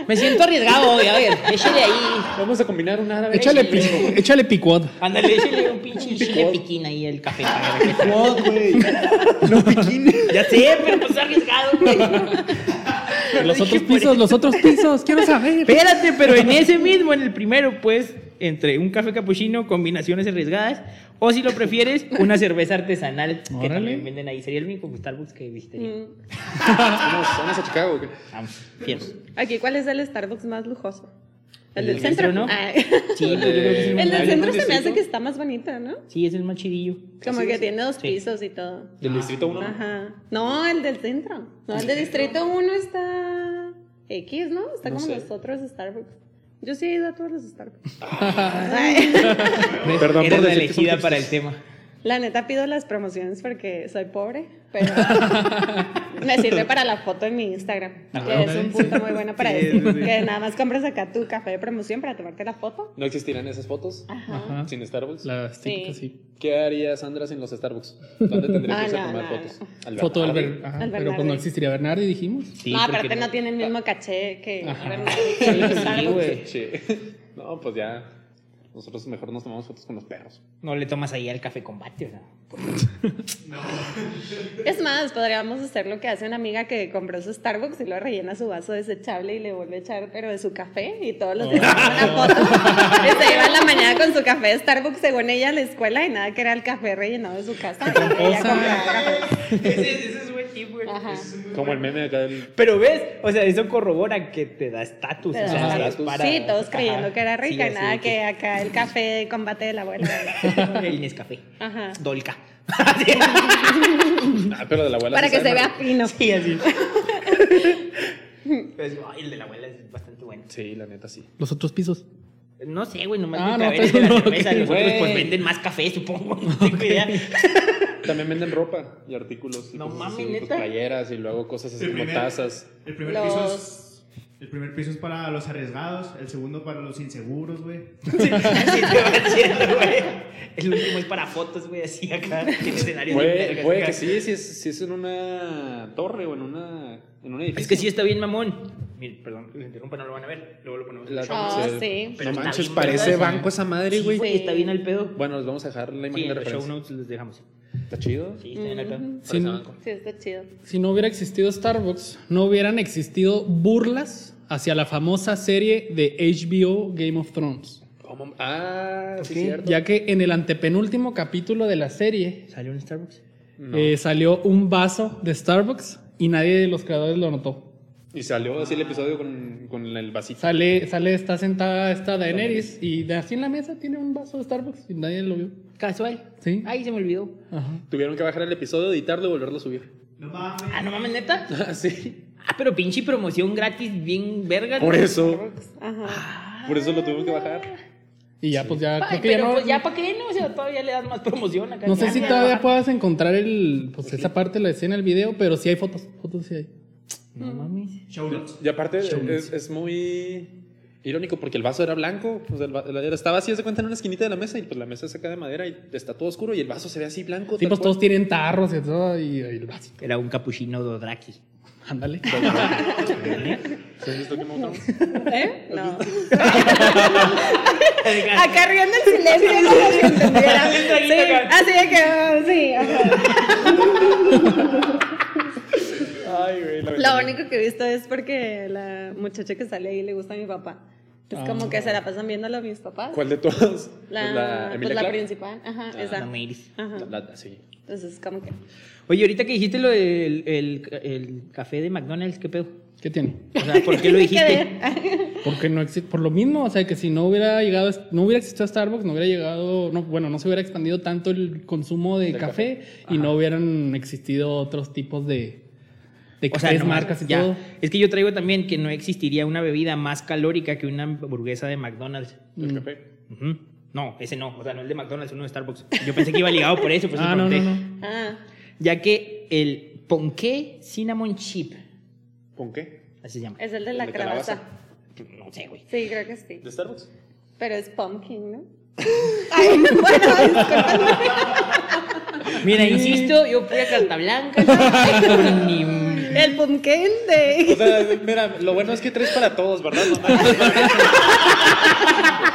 me siento arriesgado hoy, a ver, échale ahí.
Vamos a combinar un árabe.
Échale,
sí.
pi- échale picuot.
Ándale, échale un pinche chile piquín ahí al café. para que sepa.
No piquín.
Ya sé, pero pues arriesgado, güey.
Los
Dije,
otros
por
pisos, los otros pisos, quiero saber.
Espérate, pero en ese mismo, en el primero, pues, entre un café capuchino, combinaciones arriesgadas, o si lo prefieres, una cerveza artesanal que
Órale.
también venden ahí. Sería el único Starbucks que visitaría.
Mm.
Vamos, vamos a Chicago. ¿o qué?
Vamos, fierro.
Aquí, ¿cuál es el Starbucks más lujoso?
¿El
El
del
del centro,
centro, no?
Ah,
Sí, pues, yo creo que es el más
El del
grande.
centro se me
distrito?
hace que está más bonito, ¿no?
Sí, es el más chidillo.
Como que tiene dos
Sí.
pisos y todo.
Del distrito 1.
Ajá. No, el del centro. No, el de
Este,
Distrito 1 está X, ¿no? Está
No
como
sé.
los otros Starbucks. Yo sí he ido a todos los Starbucks.
Perdón
Eres
por decir que
la
son
elegida
hipsters.
para el tema.
La neta pido las promociones porque soy pobre, pero me sirve para la foto en mi Instagram,
Ah,
que es un punto muy bueno para
Sí,
eso.
sí, sí.
Que nada más compras acá tu café de promoción para tomarte la foto.
¿No existirán esas fotos?
Ajá.
Sin Starbucks.
Las típicas,
Sí.
sí.
¿Qué haría Sandra sin los Starbucks? ¿Dónde tendría
Ah,
que irse a
no,
tomar
no,
fotos? Al
Foto del
Bernardi.
Ber- ajá,
Al
Pero pues
Bernardi.
no existiría Bernardi, dijimos.
Sí,
no,
porque Ah.
aparte no tiene el mismo caché que
Ajá.
Bernardo. Ah,
Sí, güey.
Sí. No, pues ya. Nosotros mejor nos tomamos fotos con los perros.
No le tomas ahí al café combate, o sea.
Es más, podríamos hacer lo que hace una amiga que compró su Starbucks y lo rellena su vaso desechable y le vuelve a echar, pero de su café y todos los días toma
Oh.
una foto. Y se iba en la mañana con su café de Starbucks, según ella, a la escuela y nada, que era el café rellenado de su casa. Y ella compraba café.
ese, ese es buen tip, güey.
Ajá.
Como el meme acá del.
Pero ves, o sea, eso corrobora que te da estatus.
Te
o sea,
da
te
estatus.
dispara.
Sí, todos
Ajá.
creyendo que era rica
Sí,
y
así
nada,
de
que acá el café de combate de la abuela.
El Nescafé.
Ajá.
Dolca.
Ah, pero de la abuela.
Para
sí
que
sabe,
se vea
¿no?
fino.
Sí, así. Pues, ay, el de la abuela es bastante bueno.
Sí, la neta sí.
Los otros pisos.
No sé, güey, nomás
Ah,
me
no,
clavé en el de la
pero no,
cerveza. Los otros
pues, güey.
pues venden más café, supongo. No tengo idea.
También venden ropa y artículos. y
No
cosas
mames,
así, pues,
¿neta?
playeras y luego cosas así
El
como
primer-
tazas.
El primer
Los-
piso es. El primer piso es para los arriesgados, el segundo para los inseguros, güey.
Sí, así te va haciendo, güey. El último es para fotos, güey, así acá. En escenario de
Puede,
vergas,
puede
acá.
que sí, si es, si es en una torre o en una. En un edificio.
Es que sí está bien mamón. Miren, perdón, que les interrumpa, no lo van a ver. Luego lo ponemos en
La-
el show.
Ah,
se-
sí.
Pero
No
está
manches,
bien,
parece
¿verdad?
banco esa madre,
Sí,
güey.
güey, está bien al pedo.
Bueno, les vamos a dejar la
Sí,
imagen
en
de
los show
referencia.
notes les dejamos.
Está chido.
Sí, está bien al pedo.
Sí,
Parece banco.
Sí, está chido.
Si no hubiera existido Starbucks, no hubieran existido burlas hacia la famosa serie de HBO Game of Thrones.
¿Cómo? Ah, sí,
¿sí?
cierto.
Ya que en el antepenúltimo capítulo de la serie
¿Salió en Starbucks?
No.
eh, salió un vaso de Starbucks y nadie de los creadores lo notó.
Y salió así el episodio con, con el vasito.
Sale, sale, está sentada esta Daenerys y de así en la mesa tiene un vaso de Starbucks y nadie lo vio.
Casual.
Sí.
Ahí se me olvidó.
Ajá.
Tuvieron que bajar el episodio, editarlo y volverlo a subir.
No mames.
Ah, no mames, neta.
Ah, sí.
Ah, pero pinche promoción gratis, bien verga.
Por
¿no?
eso.
Ah.
Ajá.
Por eso lo tuvieron que bajar.
Y ya, pues ya,
Ay,
creo que ya
pero
no,
pues ya para qué, ¿no? O sea, todavía le das más promoción acá.
no sé si
Ya,
todavía
ya.
puedas encontrar el, pues, esa parte de la escena, el video, pero sí hay fotos. Fotos sí hay.
No mames.
Show notes.
Y aparte es, es muy irónico porque el vaso era blanco. O sea, el va- el- estaba así, se cuenta, en una esquinita de la mesa y pues la mesa es acá de madera y está todo oscuro y el vaso se ve así blanco.
Sí,
tal
pues
cual.
todos tienen tarros y todo, y, y el vaso.
Era un capuchino Dodraki.
Ándale.
¿Sí has visto Game of Thrones?
¿Eh? No.
Acá
Acá riendo en silencio, como si entendiera.
Bien traguito
Sí,
acá.
así de que, ah, sí. ajá.
Ay, güey. la
Lo
verdad.
único que he visto es porque la muchacha que sale ahí le gusta a mi papá. Es
Ah.
como que se la pasan viéndolo mis papás.
¿Cuál de todas?
La,
Pues
pues
Emilia
la
Clarke.
principal. Ajá,
Ah,
esa.
No me iris.
Ajá.
La- la- sí.
Entonces, como que.
Oye, ahorita que dijiste lo del el, el café de McDonald's, ¿qué pedo?
¿Qué tiene?
O sea, ¿por qué lo
Hay que
dijiste?
ver.
Porque no existe, por lo mismo, o sea, que si no hubiera llegado, no hubiera existido Starbucks, no hubiera llegado, no, bueno, no se hubiera expandido tanto el consumo de,
De
café,
café.
y no hubieran existido otros tipos de, de
O sea,
cafés,
no,
marcas y
ya.
todo.
Es que yo traigo también que no existiría una bebida más calórica que una hamburguesa de McDonald's.
Mm.
El café.
Ujú. No, ese no, o sea, no el de McDonald's, uno de Starbucks. Yo pensé que iba ligado por eso, por eso
Ah, no, no,
pregunté.
no.
Ah,
Ya que el ponqué cinnamon chip,
¿Con qué?
así se llama.
es el de la
¿De
calabaza.
calabaza?
No sé, güey.
Sí, creo que sí.
¿De Starbucks?
Pero es pumpkin, ¿no? Ay, bueno, disculpa.
Mira, insisto, yo fui a Carta Blanca. no, ni-
El pumpkin de.
O sea, mira, lo bueno es que traes para todos, ¿verdad? Mamá?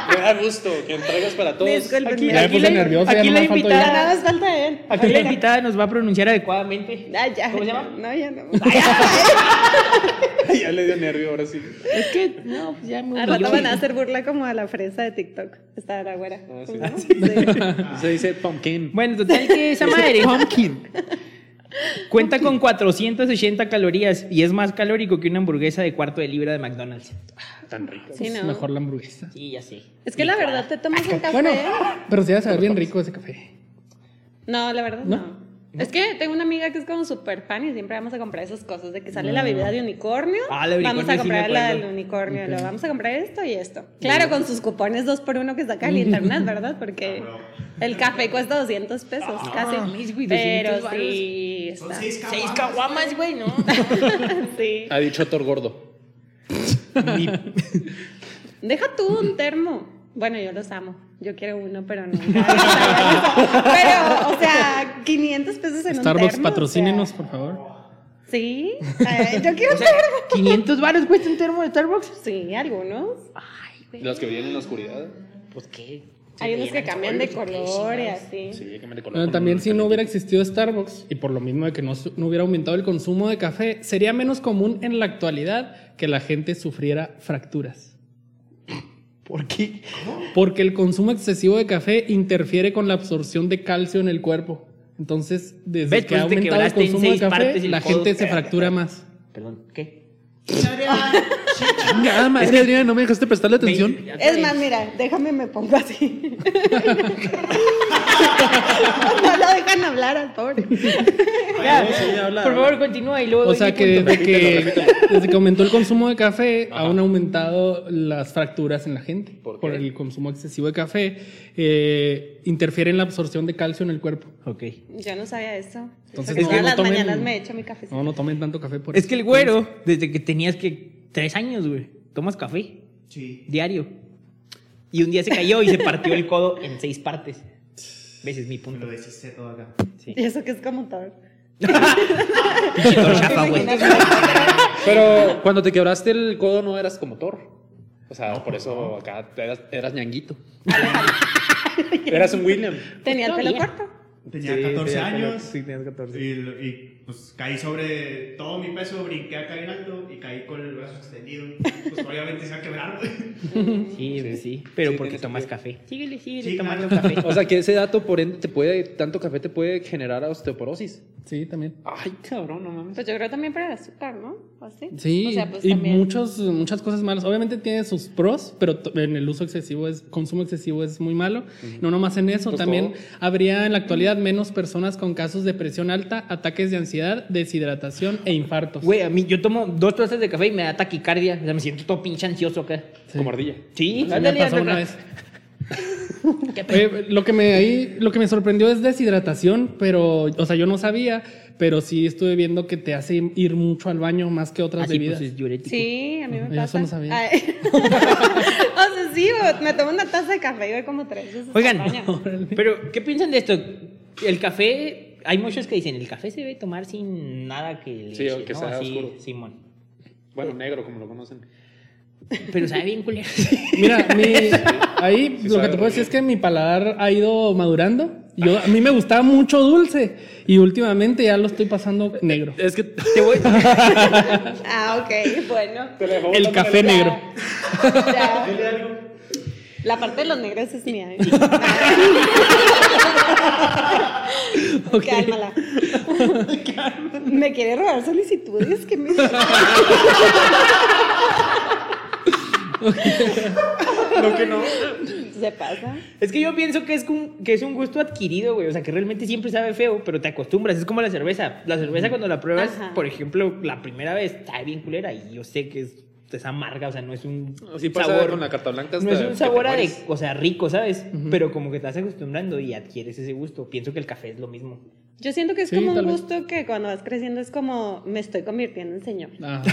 Me da gusto que traigas para todos.
Disculpen,
Aquí,
mira,
Ya me
aquí
puse
la,
nervioso, ya
aquí
nomás
la
faltó
Ya
invitada,
nada más falta él.
aquí la invitada nos va a pronunciar adecuadamente.
Ah, ya.
¿Cómo se
ya.
llama?
No, ya no.
ya le dio nervio ahora sí.
Es que, no, pues ya me
Al rato van a hacer burla como a la fresa de TikTok. Está la güera.
Ah, sí.
¿Cómo se llama?
Pues
Se dice pumpkin.
Bueno, total que esa madre
Pumpkin.
cuenta con 480 calorías y es más calórico que una hamburguesa de cuarto de libra de McDonald's.
Tan rico.
Sí,
Pues
no.
Mejor la hamburguesa.
Sí, ya sé.
Es que la verdad te tomas un café.
Bueno, pero sí va a saber bien rico ese café.
No, la verdad
¿No?
no. Es que tengo una amiga que es como súper fan y siempre vamos a comprar esas cosas de que sale
Mm.
la bebida de unicornio.
Ah, la de
vamos
unicornio
a
sí me
comprar la
acuerdo.
del unicornio, luego vamos a comprar esto y esto. Claro, con sus cupones dos por uno que saca el internet, ¿verdad?
Ah,
Porque el café cuesta 200 pesos casi.
mames, güey, 200
Pero
varos.
sí, está.
Son seis
Seis
caguamas.
caguamas, güey, ¿no?
sí.
Ha dicho Thor gordo.
Deja tú un termo. Bueno, yo los amo. Yo quiero uno, pero no. Pero, o sea, 500 pesos en un termo.
Starbucks,
o sea,
patrocínenos, por favor.
Sí, eh, yo quiero ver.
500 baros cuesta un termo de Starbucks.
Sí, algunos.
Ay, güey.
Los que vienen en la oscuridad.
Pues qué.
Hay unos que cambian de color y así.
Sí, que me le
Bueno,
colocan
también
un
si no
calientito.
hubiera existido Starbucks y por lo mismo de que no, su- no hubiera aumentado el consumo de café, sería menos común en la actualidad que la gente sufriera fracturas.
¿Por qué?
Porque el consumo excesivo de café interfiere con la absorción de calcio en el cuerpo. Entonces, desde
Ves,
que ha
pues, te
aumentado el
quebraste en
consumo de
seis
café,
partes el
la
codo.
gente se fractura más.
Perdón, ¿qué?
Nada más, Adriana, no me dejaste prestarle atención.
Es más, mira, déjame me pongo así. no lo dejan hablar al pobre.
Ya,
sí, ya habla.
por favor, continúa y luego. doy
O
mi
sea que
punto.
desde que, desde que aumentó el consumo de café, han aumentado las fracturas en la gente.
¿Por
¿Por,
qué?
el consumo excesivo de café, eh, interfiere en la absorción de calcio en el cuerpo.
Ok.
Yo no sabía eso.
Entonces,
Porque
no,
todas
no
las
tomen-
mañanas me echo mi cafecito.
No, no tomen tanto café por
Es
eso.
que el güero, desde que tenías que tres años, güey, tomas café
Sí.
diario. Y un día se cayó y se partió el codo en seis partes. Ves, es mi
Me lo
punto.
deshice todo acá.
Sí.
Y eso que es como todo.
Pinche Thor chafa, güey.
Pero cuando te quebraste el codo no eras como Thor. O sea, por eso acá eras, eras ñanguito. eras un William.
Tenía el pelo corto.
Tenía 14 años.
Sí, tenías 14.
Y, y, pues caí sobre todo mi peso, brinqué acá en alto y caí con el brazo extendido. Pues obviamente se va a quebrar, güey.
Sí, sí, sí. Pero
Mm. Sí,
porque
tiene
tomas
sentido.
café. Síguele, síguele
Sí,
tomando
claro.
café.
O sea, que ese dato, por ende, te puede, tanto café te puede generar osteoporosis.
Sí, también.
Ay, cabrón, no mames.
Pues yo creo también para el azúcar, ¿no? ¿O así?
Sí,
O sea, pues
y
también.
muchos, muchas cosas malas. Obviamente tiene sus pros, pero to- en el uso excesivo, es consumo excesivo es muy malo. No nomás en eso,
Pues
también
todo.
habría en la actualidad menos personas con casos de presión alta, ataques de ansiedad, deshidratación e infartos.
Güey, a mí yo tomo dos tazas de café y me da taquicardia. O sea, me siento todo pinche ansioso acá.
Sí.
Como ardilla.
Sí,
Se me
ándale,
pasó
ándale.
una vez. Oye, lo que me ahí, lo que me sorprendió es deshidratación, pero, o sea, yo no sabía, pero sí estuve viendo que te hace ir mucho al baño más que
Ah,
otras
Así
bebidas.
pues es diurético.
Sí, a mí me
Yo
pasa.
eso no sabía.
Ay. o sea, sí, bo- me tomo una taza de café y voy como tres veces al
Oigan,
baño.
pero ¿qué piensan de esto? El café, hay muchos que dicen, el café se debe tomar sin nada que
Sí,
leche,
o que
¿no?
sea
Así,
oscuro.
Simón.
Bueno, negro, como lo conocen.
Pero sabe bien culero.
Mira, mi- ahí
Sí
lo que
sabe
te puedo
horrible.
decir es que mi paladar ha ido madurando. Yo, a mí me gustaba mucho dulce y últimamente ya lo estoy pasando negro.
Es que
Te voy.
Ah, ok, bueno.
El café
Ya,
negro.
ya.
Dile algo.
La parte de los negros es mía. ¿eh?
Ok.
Cálmala. ¿Me quiere robar solicitudes? ¿Qué me
Lo que no.
se pasa?
Es que yo pienso que es, un, que es un gusto adquirido, güey. O sea, que realmente siempre sabe feo, pero te acostumbras. Es como la cerveza. La cerveza cuando la pruebas,
Ajá.
por ejemplo, la primera vez, está bien culera. Y yo sé que es, es amarga, o sea, no es un
así pasa
sabor.
con la carta blanca.
no es
hasta
un
que
sabor
te
a de,
mueres.
o sea, rico, ¿sabes? Pero como que te vas acostumbrando y adquieres ese gusto. Pienso que el café es lo mismo.
Yo siento que es
Sí,
como un
tal vez.
gusto que cuando vas creciendo es como me estoy convirtiendo en señor.
Ah,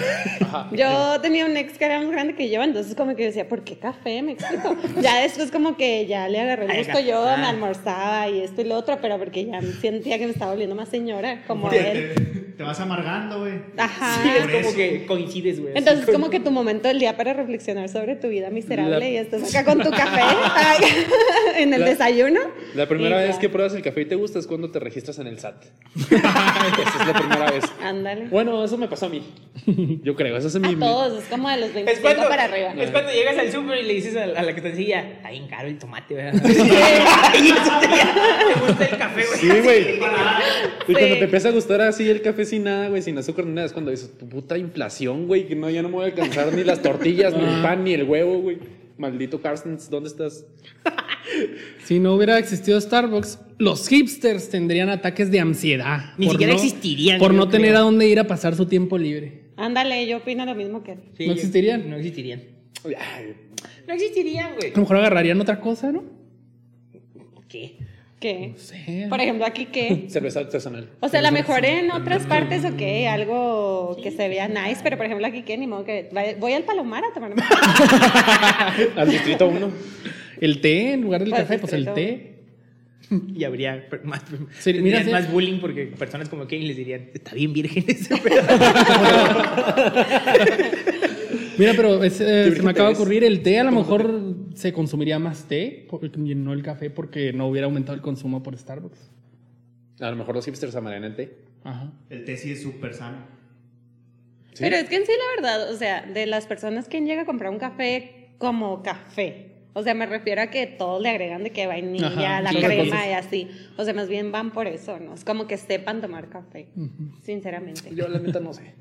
Yo tenía un ex que era más grande que yo, entonces como que decía, ¿por qué café? Me explico. Ya después como que ya le agarré el
Ay,
gusto, yo
ah.
me almorzaba y esto y lo otro, pero porque ya sentía que me estaba volviendo más señora, como
Te,
él.
te- te vas amargando, güey.
Ajá.
Sí, es
Por
como
eso.
que coincides, güey. así
Ah. Entonces
con-
como que tu momento del día para reflexionar sobre tu vida miserable
La-
y estás acá con tu café ay, en el
La-
desayuno.
La primera
Y ya.
vez que pruebas el café y te gusta es cuando te registras en el SAT. Esa es la primera vez.
Ándale.
Bueno, eso me pasó a mí. Yo creo, eso es mi...
A
mi-
todos, es como de los
Es
25
cuando,
para arriba.
es cuando llegas al súper y le dices a, a la que te enseña, está bien caro el tomate, ¿verdad? te gusta el café, güey.
Sí, güey. Y cuando
Sí.
te empieza a gustar así el café sin nada, güey, sin azúcar ni nada, es cuando dices, tu puta inflación, güey, que no, ya no me voy a alcanzar ni las tortillas, ni el pan, ni el huevo, güey. Maldito Carstens, ¿dónde estás?
si no hubiera existido Starbucks, los hipsters tendrían ataques de ansiedad.
Ni
por
siquiera
no-
existirían,
Por
yo
no tener
creo.
a dónde ir a pasar su tiempo libre.
Ándale, yo opino lo mismo que él.
Sí,
¿No existirían?
No existirían.
Ay,
No existirían, güey.
A lo mejor agarrarían otra cosa, ¿no?
¿Qué?
¿Qué?
No sé.
Por ejemplo, aquí qué.
cerveza artesanal.
O sea, a lo mejor en otras partes, ok, algo que se vea nice, pero por ejemplo aquí qué, ni modo que vaya- voy al Palomar a tomar
Al distrito 1.
El té, en lugar del
Pues,
café, pues el té.
Y habría per- más,
Sí, mira,
tendrían
sí.
más bullying porque personas como Kane les dirían, está bien virgen ese pedo".
Mira, pero es, eh, se
virgen
me acaba de
te ves.
ocurrir, el té a lo mejor se consumiría más té, porque no el café, porque no hubiera aumentado el consumo por Starbucks.
A lo mejor los hipsters amarían el té.
Ajá.
El té sí es súper sano.
Sí.
Pero es que en sí, la verdad, o sea, de las personas que llega a comprar un café como café. O sea, me refiero a que todos le agregan de que vainilla,
Ajá,
la
sí,
crema
cosas.
y así. O sea, más bien van por eso, ¿no? Es como que sepan tomar café, sinceramente.
Yo la neta no sé.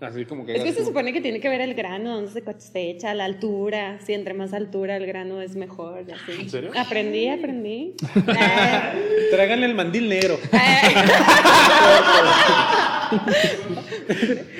Así como que...
Es que se supone que tiene que ver el grano, dónde se cosecha, la altura. Si entre más altura el grano es mejor. y así.
¿En serio?
Aprendí, aprendí. Eh,
Tráiganle el mandil negro.
eh,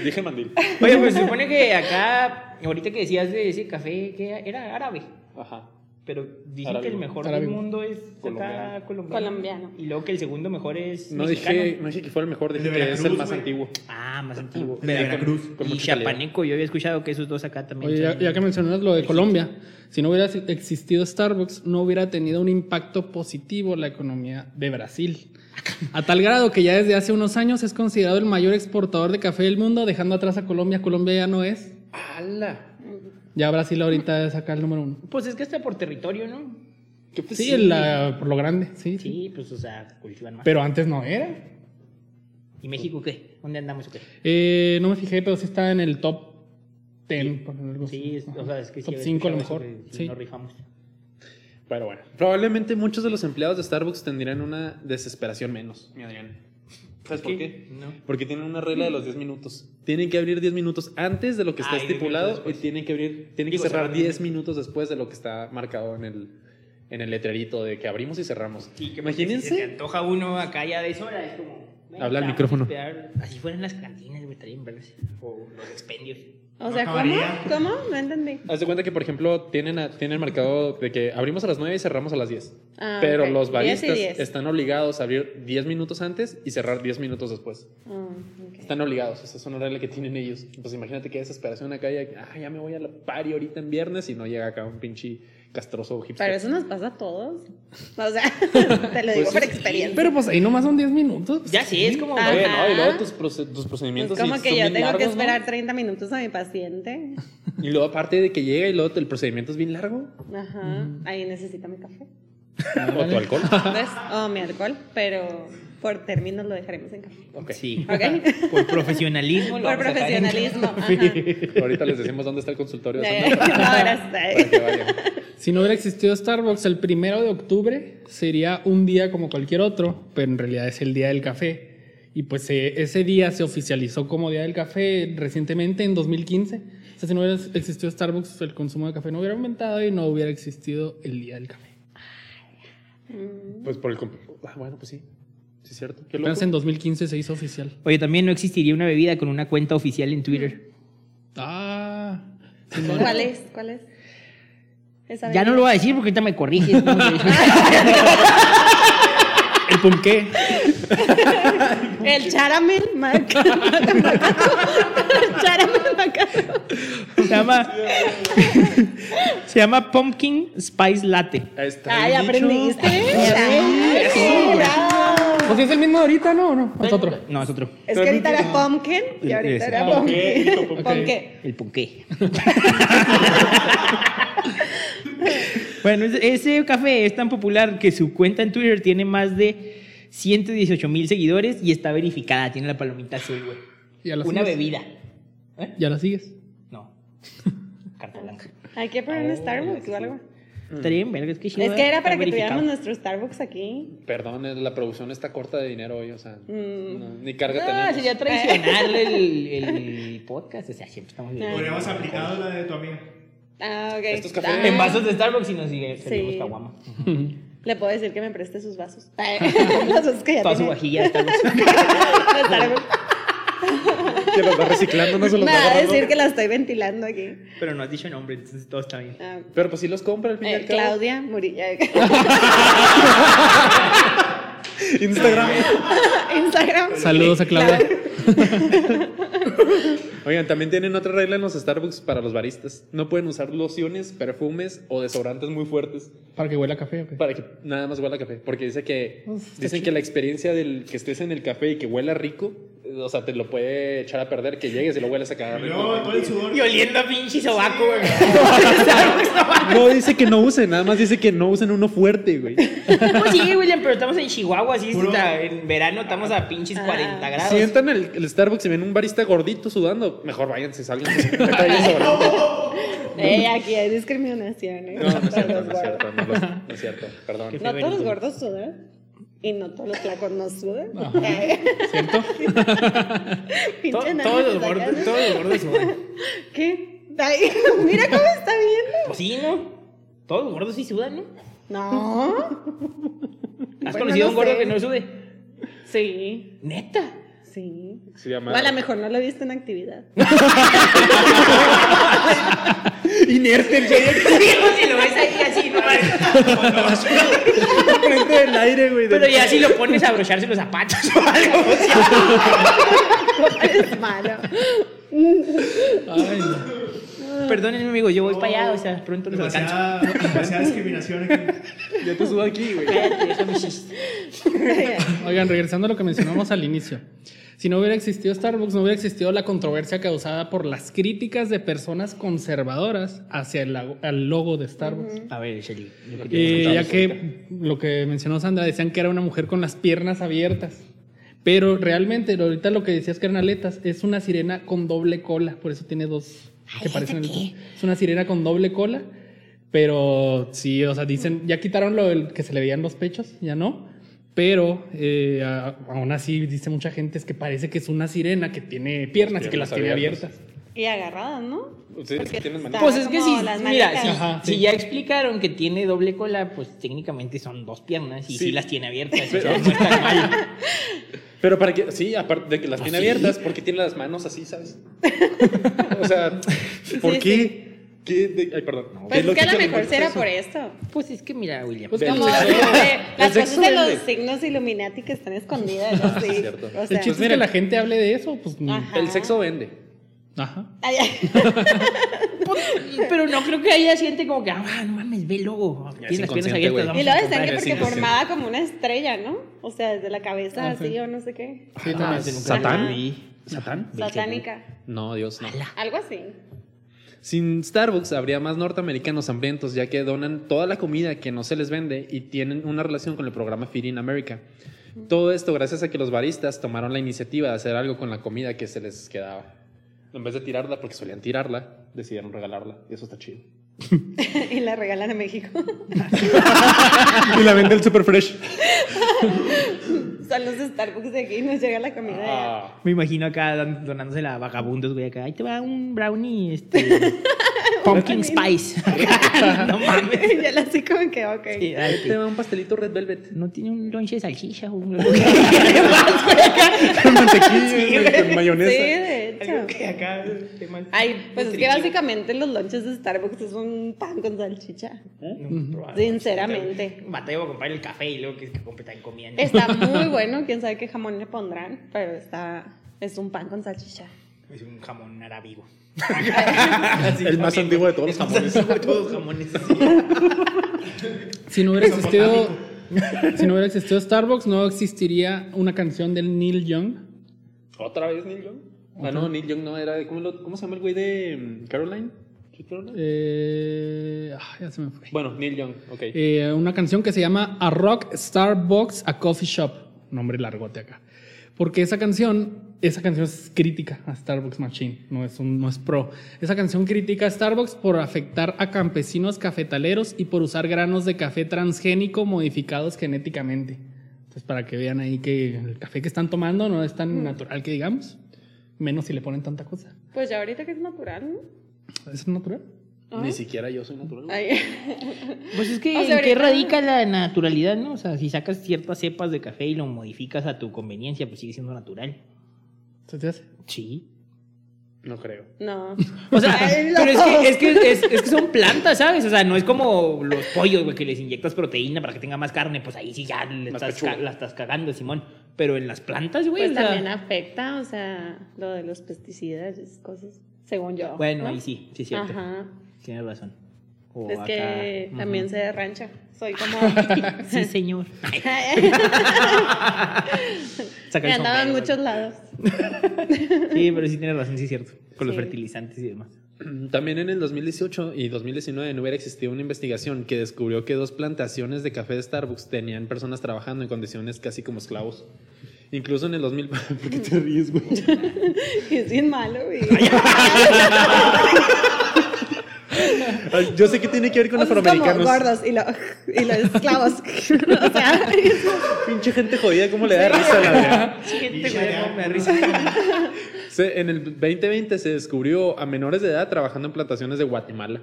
Dije mandil.
Oye, pues se supone que acá, ahorita que decías de ese café, que era árabe.
Ajá.
Pero dicen
Árabe.
que el mejor
Árabe.
del mundo es acá
Colombiano.
colombiano.
Colombiano.
Y luego que el segundo mejor es
No
mexicano.
dije, no dije que fuera el mejor, dije
El de
que es el
Veracruz,
más
güey.
antiguo.
Ah, más antiguo.
De Veracruz.
con
y
mucha calidad.
Chapaneco, yo había escuchado que esos dos acá también.
Oye, ya,
son-
ya que mencionas lo de Colombia, si no hubiera existido Starbucks, no hubiera tenido un impacto positivo la economía de Brasil. A tal grado que ya desde hace unos años es considerado el mayor exportador de café del mundo, dejando atrás a Colombia. Colombia ya no es.
¡Hala!
Ya Brasil ahorita es acá el número uno.
Pues es que hasta por territorio, ¿no?
¿Qué pues,
Sí, la- por lo grande, sí, sí.
Sí, pues o sea, cultivan más.
Pero antes no era.
¿Y México qué? ¿Dónde andamos o qué?
Eh, no me fijé, pero sí está en el top 10. por algo así.
Sí, es- o sea, es que sí.
Top
había
5 a lo
escuchado
mejor.
eso que
Sí.
No rifamos.
Pero bueno, probablemente muchos de los empleados de Starbucks tendrían una desesperación menos, mi Adrián. ¿Sabes por qué?
No.
Porque tienen una regla de los 10 minutos. Tienen que abrir 10 minutos antes de lo que está
Ah, y diez
estipulado
minutos
y
después.
tienen que abrir, tienen que
Digo,
cerrar
cerrar
10 minutos después de lo que está marcado en el, en el letrerito de que abrimos y cerramos.
Y que Si se te
Imagínense.
antoja uno acá ya de hora, es como.
Habla
bueno,
al
vamos a
micrófono.
esperar. Así fueran las cantinas, güey, estaría en vergas. O los expendios.
o
No
sea, ¿cómo?
acabaría.
¿Cómo? No entendí.
Haz de cuenta que, por ejemplo, tienen, a- tienen marcado de que abrimos a las 9 y cerramos a las 10.
Ah,
pero
ok.
los
10 y
baristas
10.
están obligados a abrir 10 minutos antes y cerrar 10 minutos después.
Ah, ok.
Están obligados, esa es una regla que tienen ellos. Pues imagínate qué desesperación acá, ya, ah, ya me voy a la party ahorita en viernes y no llega acá un pinche castroso hipster.
Pero eso nos pasa a todos. O sea, te lo digo
Pues
por
sí,
experiencia.
Pero pues ahí nomás son 10 minutos. pues,
Ya sí, es como.
Ah.
Oye,
Ajá.
no, y luego tus, proce- tus procedimientos.
Es como
sí
que
son
yo
bien
tengo que
largos, ¿no?
esperar 30 minutos a mi paciente.
Y luego, aparte de que llega y luego el procedimiento es bien largo.
Ajá.
Mm.
Ahí necesito mi café.
O tu alcohol.
¿Ves? O mi alcohol, pero por términos lo dejaremos en café.
Ok.
Sí.
¿Ok?
Por profesionalismo. lo
por
vamos a dejar en-
profesionalismo. Ajá.
Ahorita les decimos dónde está el consultorio. de
Eh,
Sandra,
Ahora está. eh.
para que vayan.
Si no hubiera existido Starbucks, el primero de octubre sería un día como cualquier otro, pero en realidad es el día del café. Y pues eh, ese día se oficializó como día del café recientemente en 2015. O sea, si no hubiera existido Starbucks, el consumo de café no hubiera aumentado y no hubiera existido el día del café.
Pues por el. comp- Ah, bueno, pues sí. Sí, es cierto. Qué loco.
Apenas en 2015 se hizo oficial.
Oye, también no existiría una bebida con una cuenta oficial en Twitter.
Ah,
¿Cuál es? ¿Cuál es? Esa
Ya no lo voy a decir porque ahorita me corriges. ¿no?
el pumqué.
El charamel maca- El charamel maca-
Se llama. Se llama Pumpkin Spice Latte.
Ahí está.
Ay,
bien dicho.
aprendiste. Ay, sí, bravo.
Pues sí es el mismo de ahorita, ¿no? ¿O no? Es otro.
No, es otro.
Es que ahorita era pumpkin y ahorita era pumpkin. Pumpkin.
El punqué. bueno, ese, ese café es tan popular que su cuenta en Twitter tiene más de 118 mil seguidores y está verificada. Tiene la palomita azul, güey.
¿Y a la
Una
sigues?
bebida.
¿Ya la sigues?
No. Carta blanca.
Hay que poner un Starbucks o algo.
Mm. Está bien, verga, es que chido,
Es que era
está
para que
verificado.
tuviéramos nuestro Starbucks aquí.
Perdón, eh, la producción está corta de dinero hoy, o sea.
Mm.
no, ni carga
Ah,
tenemos.
sería tradicional el, el podcast. O sea, siempre estamos bien.
Podríamos aplicado la de tu amiga.
Ah, ok.
Estos cafés
Ah,
En vasos de Starbucks y nos sigue.
Sí.
Seguimos caguama.
Le puedo decir que me preste sus vasos. Los vasos que ya
Toda su
tiene.
vajilla de Starbucks.
De Starbucks.
Que los va reciclando, no se los va
Me va a
agarrando.
decir que la estoy ventilando aquí.
Pero no has dicho nombre, entonces todo está bien.
Ah,
Pero pues sí los compra al fin y
eh,
al cabo.
Claudia Murilla.
Instagram.
Instagram.
Saludos a Claudia.
Oigan, también tienen otra regla en los Starbucks para los baristas. No pueden usar lociones, perfumes o desodorantes muy fuertes
Para que huela a café. ok.
para que nada más huela a café. Porque dice que
Uf, está
dicen que la experiencia del que estés en el café y que huela rico, eh, o sea, te lo puede echar a perder que llegues y lo hueles a cagar
Y
rico.
luego todo el sudor.
Y oliendo a pinche sobaco, güey.
No dice que no usen, nada más dice que no usen uno fuerte, güey.
Pues sí, William, pero estamos en Chihuahua, así
Puro-
está- en verano estamos a pinches
Ah.
40 grados.
Si entran al el Starbucks y ven un barista gordito sudando, mejor váyanse, salgan. No traigan desodorante.
Eh, aquí hay discriminación. eh.
No, no es cierto,
Todos
no es cierto, no, los- no es cierto, perdón.
No todos los gordos sudan. Y no todos los flacos no sudan. Eh.
¿Cierto?
Pinche
To-
nariz
todos, los
acá,
gordos,
¿no?
todos los gordos sudan.
¿Qué? Ay, mira cómo está viendo.
Pues sí, ¿no? Todos los gordos sí sudan, ¿no?
No.
¿Has
Bueno,
conocido a un
no
gordo
sé.
que no sude?
Sí,
Neta.
sí.
Se llama-
O a lo mejor no lo viste en actividad.
Inerte el güey
si lo ves ahí así, no
enfrente del aire, güey.
Pero ya si lo pones a brocharse los zapatos o algo. o sea,
es malo.
Ay, no.
Perdónenme, amigo, yo voy para allá, o sea, pronto los alcanzo.
Demasiada, demasiada discriminación aquí.
Yo te subo aquí, güey.
Cállate, déjame chis-
Oigan, regresando a lo que mencionamos al inicio. Si no hubiera existido Starbucks, no hubiera existido la controversia causada por las críticas de personas conservadoras hacia el lago- al logo de Starbucks.
A ver, Shelly. lo que
Y
te-
ya que lo que mencionó Sandra, decían que era una mujer con las piernas abiertas. Pero realmente, lo- ahorita lo que decías que eran aletas, es una sirena con doble cola. Por eso tiene dos que parecen. el- es una sirena con doble cola. Pero sí, o sea, dicen, ya quitaron lo del que se le veían los pechos, ya no. Pero eh, a- aún así, dice mucha gente, es que parece que es una sirena que tiene piernas y que
piernas
las tiene
abiertas.
abiertas.
Y agarradas, ¿no?
Sí, es que tienen manita.
Pues es que si,
Como las
mira,
manicas.
si,
Ajá,
si
sí.
ya explicaron que tiene doble cola, pues técnicamente son dos piernas y
Sí.
sí, las tiene abiertas.
Pero-
o sea, no está mal.
Pero para que, sí, aparte de que las tiene
sí.
abiertas, porque tiene las manos así, ¿sabes? O sea, ¿por
Sí,
qué? ¿Qué de- ay, perdón. ¿Qué
Pues
lo
es que a lo
quitan
mejor
por
será
eso?
por esto.
Pues es que mira, William.
Del
Como
sexo.
eh, las
Del sexo
cosas de los
vende.
signos Illuminati que están escondidas. ¿no?
sí,
Sí,
es cierto.
O
el
sea, Ah.
chiste es pues, que la gente hable de eso, pues. mm,
Ajá.
El sexo vende.
Ajá.
Ay, ay.
pues, Pero no creo que ella siente como que, ah, no mames, ve el logo.
Ya,
Tiene
es
las piernas
inconsciente,
abiertas.
güey.
vamos
Y luego
a
decían que
comprar.
porque
sí, sí.
formaba como una estrella, ¿no? O sea, desde la cabeza
Ah, sí.
así o no sé qué.
Sí,
Ah,
también.
ese nunca
¿Satán?
lo vi.
¿Satán?
Satánica.
No, Dios, no.
Algo así.
Sin Starbucks habría más norteamericanos hambrientos, ya que donan toda la comida que no se les vende y tienen una relación con el programa Feeding America. Todo esto gracias a que los baristas tomaron la iniciativa de hacer algo con la comida que se les quedaba. En vez de tirarla, porque solían tirarla, decidieron regalarla. Y eso está chido.
y la regalan a México.
y la vende el Super Fresh.
Son los Starbucks de aquí y nos llega la comida. de
Ah.
allá.
Me imagino acá don- donándosela a vagabundos, güey, acá. Ahí te va un brownie, este. Pumpkin Spice. no mames.
Y él así como que, ok.
Sí, ay,
te va un pastelito Red Velvet.
No tiene un lonche de salchicha, güey. ¿Qué más, güey, acá?
Con mantequilla,
Sí,
güey,
güey.
con mayonesa.
Sí, de hecho.
Algo que acá, qué mal.
Ay, pues es que básicamente los lonches de Starbucks es un pan con salchicha.
No, probable.
Sinceramente.
Batalla para comprar el café y luego que, que compre tan comida. ¿no?
Está muy bueno, quién sabe qué jamón le pondrán, pero está es un pan con salchicha.
Es un jamón arábigo.
El más antiguo de todos los
El más
jamones.
antiguo de todos los jamones. sí.
Si no hubiera existido, si no hubiera existido Starbucks, no existiría una canción del Neil Young.
¿Otra vez Neil Young? Ah, no, Neil Young no era. de- ¿Cómo, lo- cómo se llama el güey de mm, Caroline? ¿Sí, Caroline?
Eh, ah, ya se me fue.
Bueno, Neil Young, ok.
Eh, una canción que se llama A Rock Starbucks a Coffee Shop. Nombre largote acá. Porque esa canción, esa canción es crítica a Starbucks Machine, no es, un, no es pro. Esa canción critica a Starbucks por afectar a campesinos cafetaleros y por usar granos de café transgénico modificados genéticamente. Entonces, para que vean ahí que el café que están tomando no es tan natural que digamos, menos si le ponen tanta cosa.
Pues ya ahorita que es natural, ¿no?
¿Es natural?
Ni siquiera yo soy natural. güey.
Ay,
Pues es que
O sea,
en qué
ahorita-
radica la naturalidad, ¿no? O sea, si sacas ciertas cepas de café y lo modificas a tu conveniencia, pues sigue siendo natural.
¿Se te hace?
Sí.
No creo.
no.
O sea,
Ay,
pero es
no.
que, es, que, es, es que son plantas, ¿sabes? O sea, no es como los pollos, güey, que les inyectas proteína para que tenga más carne, pues ahí sí ya le
Más
estás
pechuga.
ca- la estás cagando, Simón. Pero en las plantas, güey,
Pues
o sea,
también afecta, o sea, lo de los pesticidas, esas cosas, según yo.
Bueno,
¿no?
ahí sí, sí es cierto.
Ajá.
Tienes razón. O
Es que
acá,
también sé de rancho. Soy como.
ujú. Sí, señor. Saca
Me
el
andaba en
sombrero,
muchos lados.
güey. Sí, pero sí tienes razón, sí es cierto. Con los
Sí.
fertilizantes y demás.
Mm, También en el 2018 y 2019 no hubiera existido una investigación que descubrió que dos plantaciones de café de Starbucks tenían personas trabajando en condiciones casi como esclavos. Incluso en el 2000... ¿Por qué te ríes, güey?
Es bien malo, güey.
Ay, Yo sé que tiene que ver con
O sea, es como
afroamericanos.
gordos y, lo- y los esclavos. o sea,
Pinche gente jodida, ¿cómo le da risa a la verdad?
Este
Y ya, ya,
Se- en el 2020 se descubrió a menores de edad trabajando en plantaciones de Guatemala.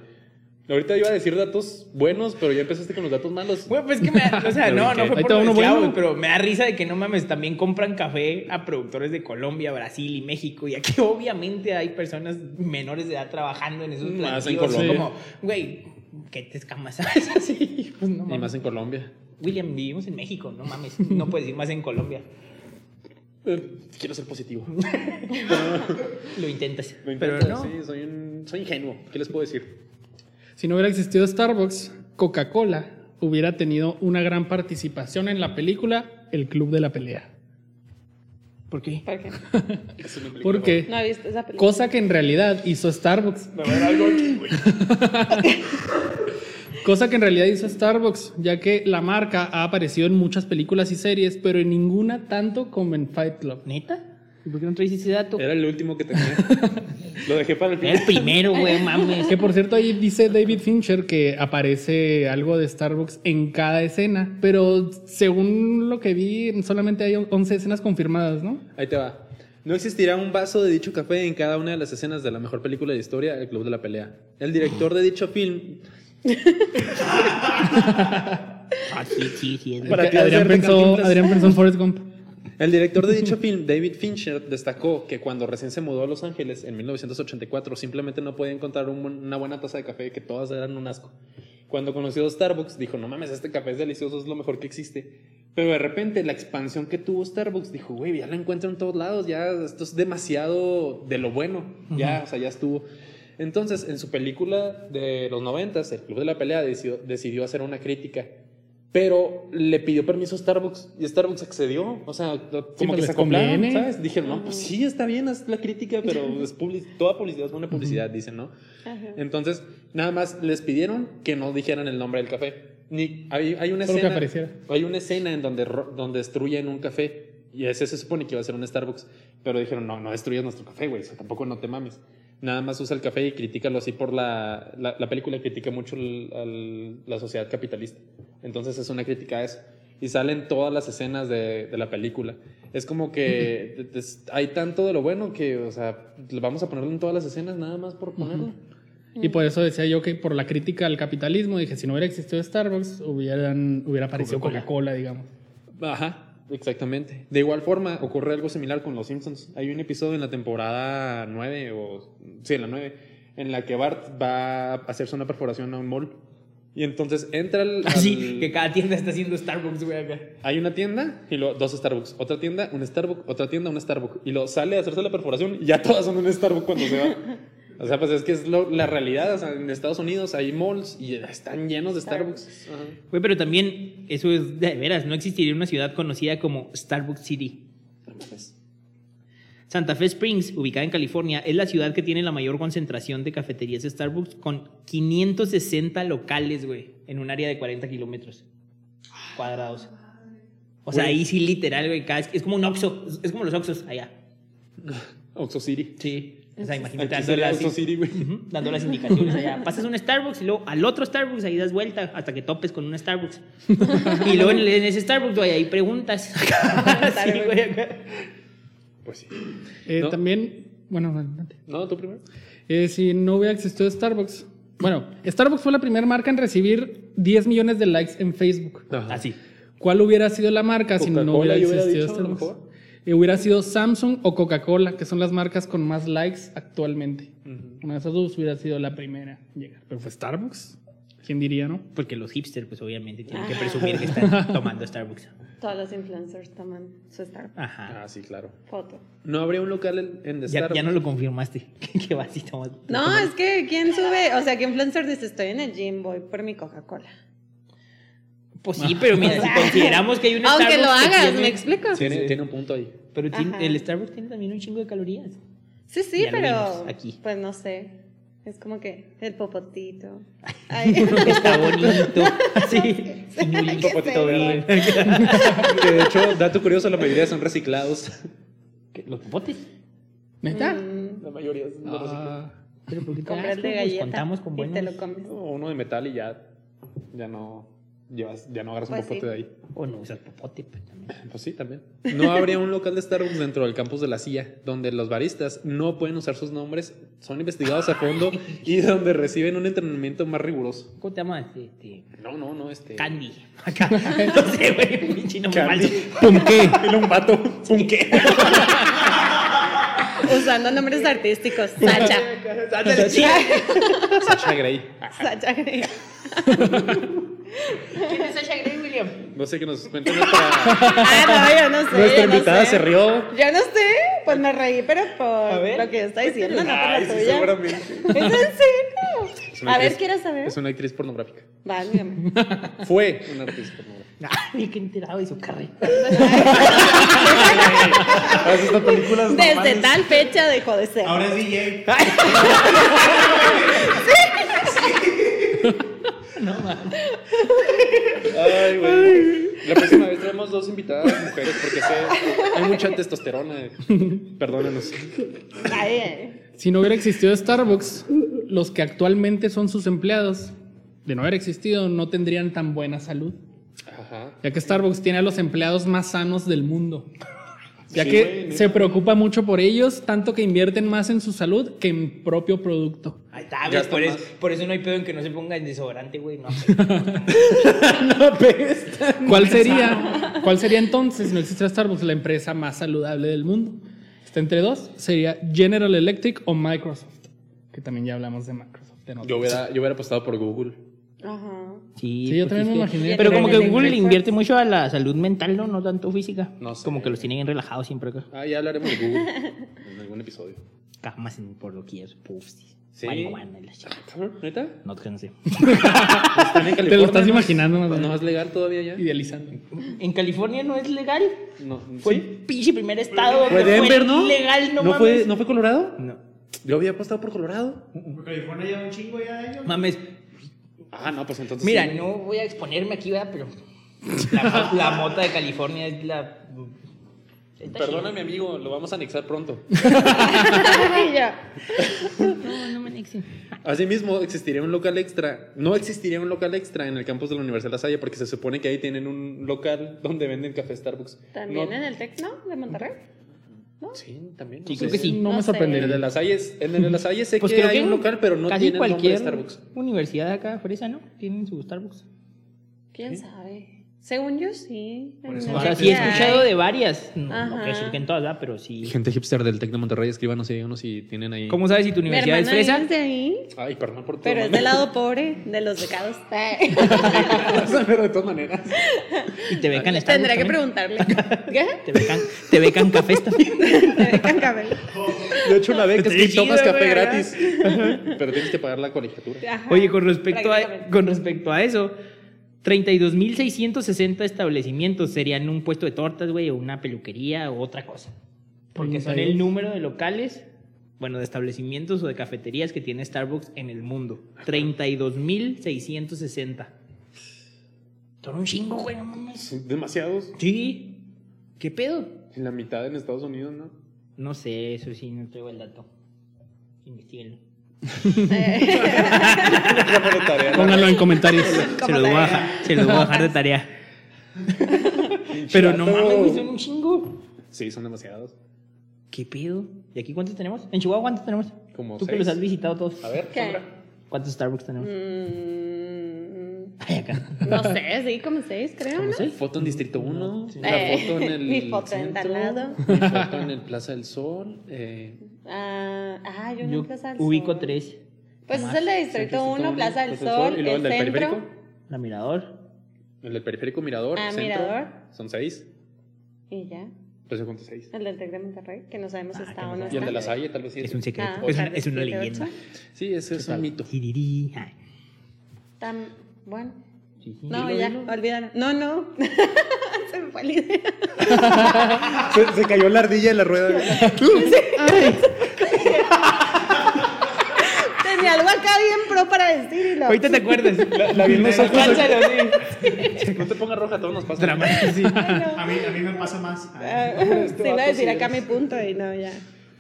Ahorita iba a decir datos buenos, pero ya empezaste con los datos malos.
Güey, pues que me da- o sea, no, no
Ahí
fue por
está
lo de
uno
esclavos,
bueno.
pero me da risa de que no mames, también compran café a productores de Colombia, Brasil y México, y aquí obviamente hay personas menores de edad trabajando en esos
Más
plantíos,
en
y
Colombia.
como, güey, ¿qué te escamas sabes? Así, pues no
Y
mames.
más en Colombia.
William, vivimos en México, no mames, no puedes ir más en Colombia.
Eh, Quiero ser positivo.
Lo intentas,
Lo
pero
intento,
no.
Sí, soy, un, soy ingenuo. ¿Qué les puedo decir?
Si no hubiera existido Starbucks, Coca-Cola hubiera tenido una gran participación en la película El Club de la Pelea.
¿Por qué?
¿por qué?
Es una película
Porque,
No he visto esa película.
cosa que en realidad hizo Starbucks,
Me va a dar algo aquí, güey.
cosa que en realidad hizo Starbucks, ya que la marca ha aparecido en muchas películas y series, pero en ninguna tanto como en Fight Club.
¿Neta? ¿Y por qué no traes ese dato?
Era el último que tenía. Lo dejé para el
Era
final.
el primero, güey, mames.
Que por cierto, ahí dice David Fincher que aparece algo de Starbucks en cada escena, pero según lo que vi, solamente hay 11 escenas confirmadas, ¿no?
Ahí te va. No existirá un vaso de dicho café en cada una de las escenas de la mejor película de la historia, El Club de la Pelea. El director de dicho film
Ah, sí, sí, sí. es
Para
Es
ti
que
va a
Adrián
ser de
pensó,
Cantinflas.
Adrián pensó en Forrest Gump.
El director de dicho film, David Fincher, destacó que cuando recién se mudó a Los Ángeles en 1984, simplemente no podía encontrar un buen- una buena taza de café, que todas eran un asco. Cuando conoció Starbucks, dijo, no mames, este café es delicioso, es lo mejor que existe. Pero de repente la expansión que tuvo Starbucks dijo, güey, ya la encuentro en todos lados, ya esto es demasiado de lo bueno, ya, o sea, ya estuvo. Entonces, en su película de los noventas, El Club de la Pelea decidió, decidió hacer una crítica. Pero le pidió permiso a Starbucks y Starbucks accedió. O sea, como
pues
que
les
se acoplaron,
conviene.
¿sabes? Dijeron, no, pues sí, está bien, haz la crítica, pero es public- toda publicidad es buena publicidad, dicen, ¿no?
Ajá.
Entonces, nada más les pidieron que no dijeran el nombre del café. Ni, hay, hay una
Solo que
escena,
apareciera.
Hay una escena en donde, ro- donde destruyen un café. Y ese se supone que iba a ser un Starbucks. Pero dijeron, no, no destruyas nuestro café, güey. O sea, tampoco no te mames. Nada más usa el café y critícalo así por la... La, la película critica mucho el- al- la sociedad capitalista. Entonces es una crítica a eso. Y salen todas las escenas de, de la película. Es como que te- te- hay tanto de lo bueno que, o sea, le vamos a ponerlo en todas las escenas nada más por ponerlo.
Y por eso decía yo que por la crítica al capitalismo, dije, si no hubiera existido Starbucks, hubieran, hubiera aparecido
Coca-Cola.
Coca-Cola, digamos.
Ajá, exactamente. De igual forma, ocurre algo similar con Los Simpsons. Hay un episodio en la temporada 9, o sí, en la 9, en la que Bart va a hacerse una perforación a un mall. Y entonces entra al...
Así
al-
que cada tienda está haciendo Starbucks, güey, acá.
Hay una tienda y luego dos Starbucks. Otra tienda, un Starbucks. Otra tienda, un Starbucks. Y luego sale a hacerse la perforación y ya todas son un Starbucks cuando se va. O sea, pues es que es lo- la realidad. O sea, en Estados Unidos hay malls y están llenos de Starbucks. Ajá.
Güey, pero también, eso es de veras, no existiría una ciudad conocida como Starbucks City. Santa Fe Springs, ubicada en California, es la ciudad que tiene la mayor concentración de cafeterías Starbucks con 560 locales, güey, en un área de 40 kilómetros cuadrados. O sea,
Güey.
ahí sí literal, güey, cada- es como un Oxxo, es- es como los Oxxos allá.
Oxo City.
Sí. O sea, imagínate,
Aquí
dando
sería
las,
Oxo City, güey.
Ujú, dando las indicaciones allá. Pasas un Starbucks y luego al otro Starbucks, ahí das vuelta hasta que topes con un Starbucks. Y luego en, el- en ese Starbucks, güey, ahí preguntas. Sí, güey, acá.
Pues sí.
Eh,
No.
También, bueno, adelante.
No, tú primero.
Eh, si no hubiera existido Starbucks. Bueno, Starbucks fue la primera marca en recibir 10 millones de likes en Facebook.
Así.
¿Cuál hubiera sido la marca si no
Coca-Cola,
hubiera
yo hubiera
existido
dicho, a lo
Starbucks? Eh, hubiera sido Samsung o Coca-Cola, que son las marcas con más likes actualmente. Una de esas dos hubiera sido la primera en llegar. Pero fue Starbucks. ¿Quién diría, no?
Porque los hipsters, pues obviamente, tienen que
Ajá.
presumir que están tomando Starbucks.
Todos los influencers toman su Starbucks.
Ajá.
Ah, sí, claro.
Foto.
No habría un local en, en de
Ya,
Starbucks.
ya no lo confirmaste. que vas y tomas.
No, es que ¿quién sube? O sea, ¿qué influencer dice? Estoy en el gym, voy por mi Coca-Cola.
Pues sí, pero mira, si consideramos que hay un
Aunque lo
Starbucks que
hagas,
tiene-
¿me explico? Sí,
tiene,
Sí.
tiene un punto ahí.
Pero tiene-
Ajá.
el Starbucks tiene también un chingo de calorías.
sí,
Ya lo
pero
vimos aquí.
pues no sé. Es como que el popotito. Ay.
Está bonito. Así.
Qué feo.
que de hecho, dato curioso, la mayoría son reciclados.
Los popotes.
¿Neta?
Mm,
La mayoría son de reciclados.
Ah,
Pero porque
compras de galleta
contamos con
y te lo
buenos
comes.
O Uno de metal y ya, ya no llevas, ya no agarras
Pues
un popote
sí.
de ahí.
o no usas popote pues, también.
Pues sí, también. No habría un local de Starbucks dentro del campus de la CIA, donde los baristas no pueden usar sus nombres, son investigados a fondo y donde reciben un entrenamiento más riguroso.
¿Cómo te llamas? Este,
No, no, no, este.
candy. Acá. No sé, güey, pinche nombre
Candy.
falso.
¿Pum qué?
Era un vato. ¿Un qué?
Usando nombres artísticos. Sacha.
Sí.
Sacha Grey.
Sacha Grey.
No sé qué nos cuenta nuestra,
Ah, no, yo no sé.
nuestra
yo no
invitada.
sé.
Se rió.
Yo no sé, pues me reí, pero por
ver.
lo que está diciendo, no por
Ay,
la
sí,
tuya.
seguramente.
¿Es en serio?
Es una
A ver,
actriz-
¿quieres saber?
Es una actriz pornográfica.
Válgame.
Fue una actriz pornográfica.
Ah, ni que enterado de su carrera.
¿Has visto Ah, películas
Desde
normales?
tal fecha dejó de ser.
Ahora es DJ.
Ay, güey. La próxima vez traemos dos invitadas mujeres porque sé, hay mucha testosterona. Perdónanos.
Ay, eh.
Si no hubiera existido Starbucks, los que actualmente son sus empleados, de no haber existido, no tendrían tan buena salud.
Ajá.
Ya que Starbucks tiene a los empleados más sanos del mundo. Ya
Sí,
que
güey, neta.
se preocupa mucho por ellos, tanto que invierten más en su salud que en propio producto.
Ahí está,
Ya
güey.
está
Por,
más.
eso- por eso no hay pedo en que no se ponga el desodorante, güey. No.
¿Cuál sería? ¿Cuál sería entonces, si no existe Starbucks, la empresa más saludable del mundo? Está entre dos, sería General Electric o Microsoft, que también ya hablamos de Microsoft. en otro.
Yo hubiera, yo hubiera apostado por Google.
Ajá.
Sí,
pues
yo también me imaginé.
Pero como que
General
Google
Electric.
invierte mucho a la salud mental, ¿no? No tanto física.
No sé.
Como que los tienen relajados siempre acá.
Ah, ya hablaremos de Google en algún episodio.
Camas en por doquier. Puf, sí.
Sí.
marihuana y la chingada.
Cabrón, ¿Neta?
No, que no sé.
Están en
Te lo
California,
estás
¿no?
imaginando más
¿No
bien,
es legal todavía ya?
idealizando.
En California no es legal.
No,
Fue
sí.
el pinche primer estado donde
Fue Denver, ¿no?
legal, no,
¿No fue,
mames.
¿No fue Colorado?
No.
Yo había apostado por Colorado.
Por California ya un chingo ya de ellos.
Mames,
Ah, no, pues entonces.
mira,
sí.
no voy a exponerme aquí, ¿verdad? Pero la, mo- la mota de California es la... está
Perdóname, amigo, lo vamos a anexar pronto.
y yo,
chida. No, no me anexen.
Asimismo, existiría un local extra. No existiría un local extra en el campus de la Universidad de La Salle porque se supone que ahí tienen un local donde venden café Starbucks.
¿también
No-
en el Tec, no? ¿De Monterrey?
Sí, también.
Sí,
no
creo
sé.
que sí.
No
No
me
sé.
En el de
sorprendería.
La Salle, es- en el de La Salle sé
Pues
que
creo
hay
que
un local, pero no
casi
tiene nombre de
cualquier
Starbucks.
universidad acá, fresa, ¿no? Tienen su Starbucks.
¿Quién sabe? Según yo, sí.
Por
En
eso
el
O sea,
Tec
sí he
hay.
escuchado de varias. No, no
Ajá.
quiero decir que en todas, ¿verdad? Pero sí.
Gente hipster del Tec de Monterrey, escríbanos si hay unos y tienen ahí.
¿Cómo sabes si tu
Mi
universidad es
hermana
fresa?
es de ahí,
Ay, perdón por todo.
pero es
mami.
del lado pobre, de los becados.
pero de todas maneras.
Y te becan Starbucks
Tendré que
también.
preguntarle. ¿Qué?
Te becan, te becan cafés también.
Te becan cabello.
De hecho, la beca es que
Chido,
tomas café
güey, ¿verdad?
gratis. Pero tienes que pagar la colegiatura.
Ajá.
Oye, con respecto a,
Prácticamente.
con respecto a eso, 32.660 establecimientos serían un puesto de tortas, güey, o una peluquería o otra cosa. Porque son el
32.
número de locales, bueno, de establecimientos o de cafeterías que tiene Starbucks en el mundo. 32.660. Son un chingo, güey, no mames.
Son demasiados.
Sí. ¿Qué pedo?
En la mitad en Estados Unidos, ¿no?
No sé, eso sí, no traigo el dato. Investíguenlo.
Eh,
Déjame la tarea, ¿no?
Pónganlo en comentarios.
Se lo, voy a, dejar- se lo voy a dejar de tarea. Pero no
Chato.
mames, güey, son un chingo.
Sí, son demasiados.
¿Qué pedo? ¿Y aquí cuántos tenemos? ¿En Chihuahua cuántos tenemos?
Como
Tú que
seis.
los has visitado todos.
A ver,
¿Qué?
Sandra.
¿Cuántos Starbucks tenemos?
Mm,
Ay, acá.
No sé, sí, como seis, creo,
¿Cómo
¿no?
seis?
Foto en Distrito 1,
Sí.
la
Eh,
foto en el.
mi foto en
centro,
tal lado.
Mi foto en el Plaza del Sol. eh,
Ah, ah, yo no
Yo
Plaza del
ubico
Sol.
tres.
Pues
Más.
es el de Distrito
Distrito
1,
Uno,
Plaza del Sol,
y
el,
luego el del
centro.
periférico.
La Mirador.
El del periférico Mirador.
Ah,
centro,
Mirador.
Son seis.
Y ya.
Pues yo conté seis.
El del Tec de Monterrey, que no sabemos
Ah,
si
que
está
no
o no
sabemos.
Y el de
está.
la Salle, tal vez sí.
Es un secreto.
Ah,
es, una,
tal vez
es una
siete,
leyenda.
ocho.
Sí, ese es un mito.
Tiriri. Ay.
Tan- Bueno.
Sí, sí.
No,
Dilo,
ya,
dilo.
olvídalo. No, no. Se me fue la idea.
Se, se cayó la ardilla en la rueda.
Tenía algo acá bien pro para decir y lo.
Ahorita te acuerdas.
La, la vi en los ojos.
Cánchalo, sí.
No te pongas roja, todos nos pasa.
Dramático, sí.
Ay, no.
A mí, a mí me pasa más.
Ah,
Este
sí, iba a
vato sí
decir acá
eres.
mi punto y no, ya.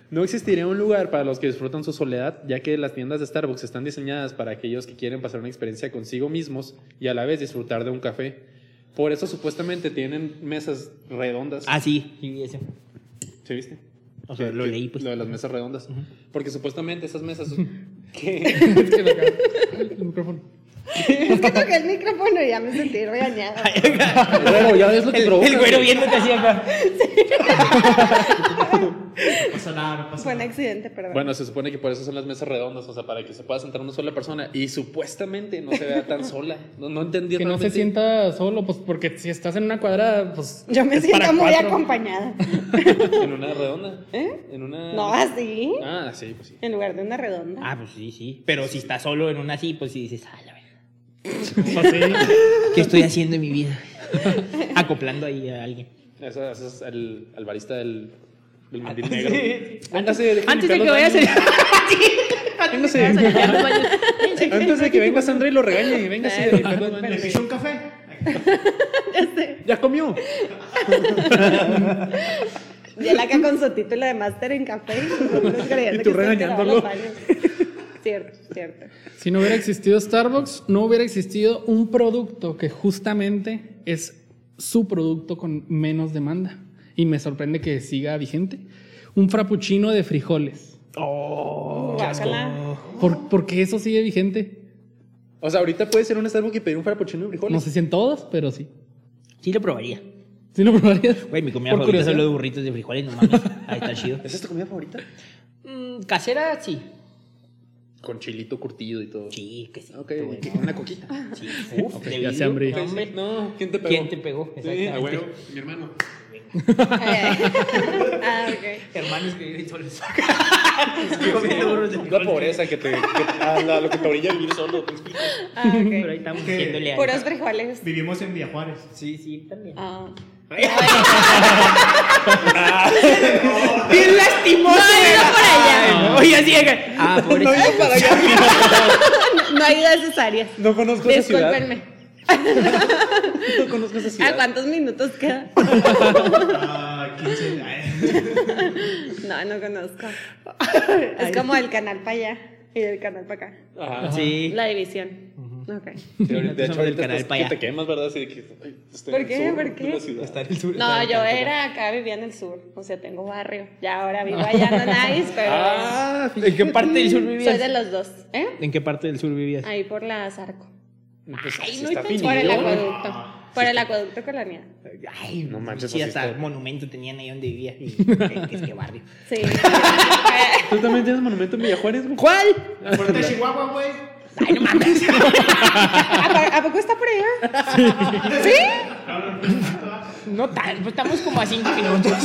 No existiría un lugar para los que disfrutan su soledad, ya que las tiendas de Starbucks están diseñadas para aquellos que quieren pasar una experiencia consigo mismos y a la vez disfrutar de un café. Por eso supuestamente tienen mesas redondas.
Ah, sí. Sí, eso.
¿Sí viste?
O sea,
Que-
lo
que-
leí, pues.
Lo de las mesas redondas. Porque supuestamente esas mesas... que
Es que la cago. El micrófono.
Es que toqué el micrófono y ya me sentí regañada.
Bueno, ya ves lo que
El,
provoca.
el güero viéndote así acá.
No pasa nada, no pasa
Fue un
nada.
accidente, perdón.
Bueno, se supone que por eso son las mesas redondas, o sea, para que se pueda sentar una sola persona y supuestamente no se vea tan sola. No, no entendí
Que no se
realmente.
sienta solo, pues porque si estás en una cuadra, pues.
yo me
es para
siento muy
cuatro.
acompañada.
En una redonda.
¿Eh?
En una...
No, así.
Ah, sí, pues sí.
En lugar de una redonda.
Ah, pues sí, sí. Pero si estás solo en una así, pues sí dices, ah, la verdad.
Pues, sí.
¿Qué estoy haciendo en mi vida? Acoplando ahí a alguien.
Eso, eso es el, el barista del, del mandil negro. Véngase, deje
Antes de
limpiar
que
los
vayas
baños.
a
Antes de que venga Sandra y lo regañe, véngase.
Ay,
a limpiar los
¿Le
baños.
pichó un café?
Ya comió.
Y él acá con su título de máster en café. Y
tú regañándolo.
Cierto, cierto.
Si no hubiera existido Starbucks, no hubiera existido un producto que justamente es su producto con menos demanda. Y me sorprende que siga vigente. Un frappuccino de frijoles.
Guácala.
¿Por, por qué eso sigue vigente?
O sea, ahorita puedes ir a un Starbucks y pedir un frappuccino de frijoles.
No sé si en todos, pero sí.
Sí lo probaría.
¿Sí lo probarías?
Güey, mi comida
Por
favorita
curiosidad.
son los burritos de frijoles, no mames. Ahí está chido.
¿Esa es tu comida favorita?
Mm, casera, sí.
Con chilito curtido y todo.
Sí, que sí.
Ok,
Qué
y
bueno.
que- una coquita.
Sí. Uf,
Ok,
de
ya
vidrio.
se hambre.
No, hombre.
No, ¿quién te pegó?
¿Quién te pegó?
Sí, a
Exactamente.
huevo, mi hermano.
venga.
ah, ok.
Hermanos que viven solos. Comiendo burros de
La
frijol.
pobreza que te. que- a la- lo que te orilla a vivir solo, pues, te explico.
Ah,
Pero ahí
ok.
estamos
Que-
haciéndole a-
Puros frijoles.
Vivimos en Villa Juárez.
Sí, sí, también.
Ah.
Bien Ah. lastimoso.
no, por allá.
Ah, Oye, así acá. Ah, pobrecito.
No hay de esas áreas.
No conozco esa ciudad.
Discúlpenme.
No conozco esa
¿A
ciudad.
cuántos minutos queda?
Ah, eh. 15. ay.
No, no conozco. Es como el canal para allá y el canal para acá.
Ajá.
Sí.
La división. Ok.
Sí, ahorita- Ah, De
Somos
hecho,
del
ahorita
canal
estás-
para
que
allá.
te quemas, ¿verdad? Así de que, ay, estoy
¿Por
en el
qué?
sur
¿Por
de
qué?
la ciudad.
Está en el sur. Ah,
No, yo era acá, vivía en el sur. O sea, tengo barrio. Ya ahora vivo allá, no nice, pero.
Ah,
¿En qué parte del sur
soy
vivías?
de los dos. ¿Eh?
¿En qué parte del sur vivías?
Ahí por la Zarco.
pues,
Ay,
sí
no
está
hay tan-
finillo,
Por el
¿no?
acueducto. Por el acueducto colonial.
Ay,
No manches,
Sí,
pues, sí
hasta
está-
monumento tenían ahí donde vivía. Y, ¿Qué es que barrio?
Sí. Eh,
¿Tú también tienes monumento en Villa Juárez, güey?
¿Cuál?
Puerta de Chihuahua, güey.
Ay, no mames.
¿A, po- a poco está por allá? ¿Sí?
No, no, no, no.
No tan, pues estamos como a 5 kilómetros.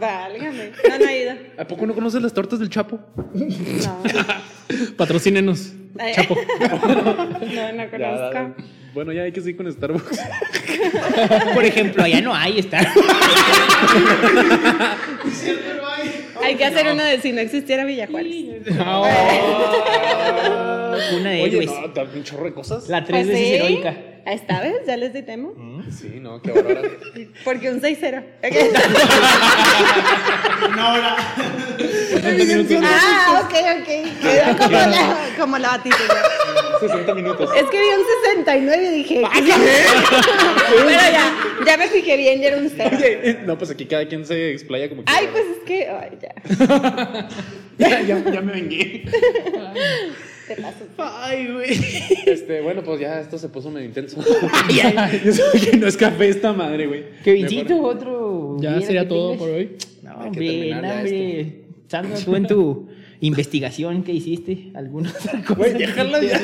Válgame. No, no he ido.
¿A poco no conoces las tortas del Chapo?
No.
Patrocínenos.
Ay.
Chapo.
No, no
Ya, da-
conozco.
bueno, ya hay que seguir con Starbucks.
Por ejemplo, allá no hay estar.
Es cierto, no hay.
Hay que hacer uno de si no existiera Villa Juárez.
Una de
Ah. Oye,
héroes.
no, da un chorro de cosas.
La 3
Pues
veces
sí.
heroica.
Ahí está, ¿ves? Ya les di tema.
Mm, Sí, no, qué bárbara.
Porque un 6-0.
Una hora.
ah, ok, ok. Quedó como la, como la batidora.
60 minutos.
Es que vi un 69 y dije. Pero ya, ya me fijé bien, ya era un 0.
Oye, eh, no, pues aquí cada quien se explaya como
Ay,
quiera.
pues es que. Ay, ya.
ya, ya, ya me vengué.
Te paso.
Ay, güey.
Este, bueno, pues ya esto se puso medio intenso.
Ay, ay.
Yo sé que no es café esta madre, güey.
Kevincito, otro.
Ya
bien,
sería
que
todo
tengas.
por hoy.
No,
Hay que
hombre,
terminar
no,
ya
hombre. Sandra, tú en tu investigación que hiciste, alguna otra cosa.
Güey, déjala ya.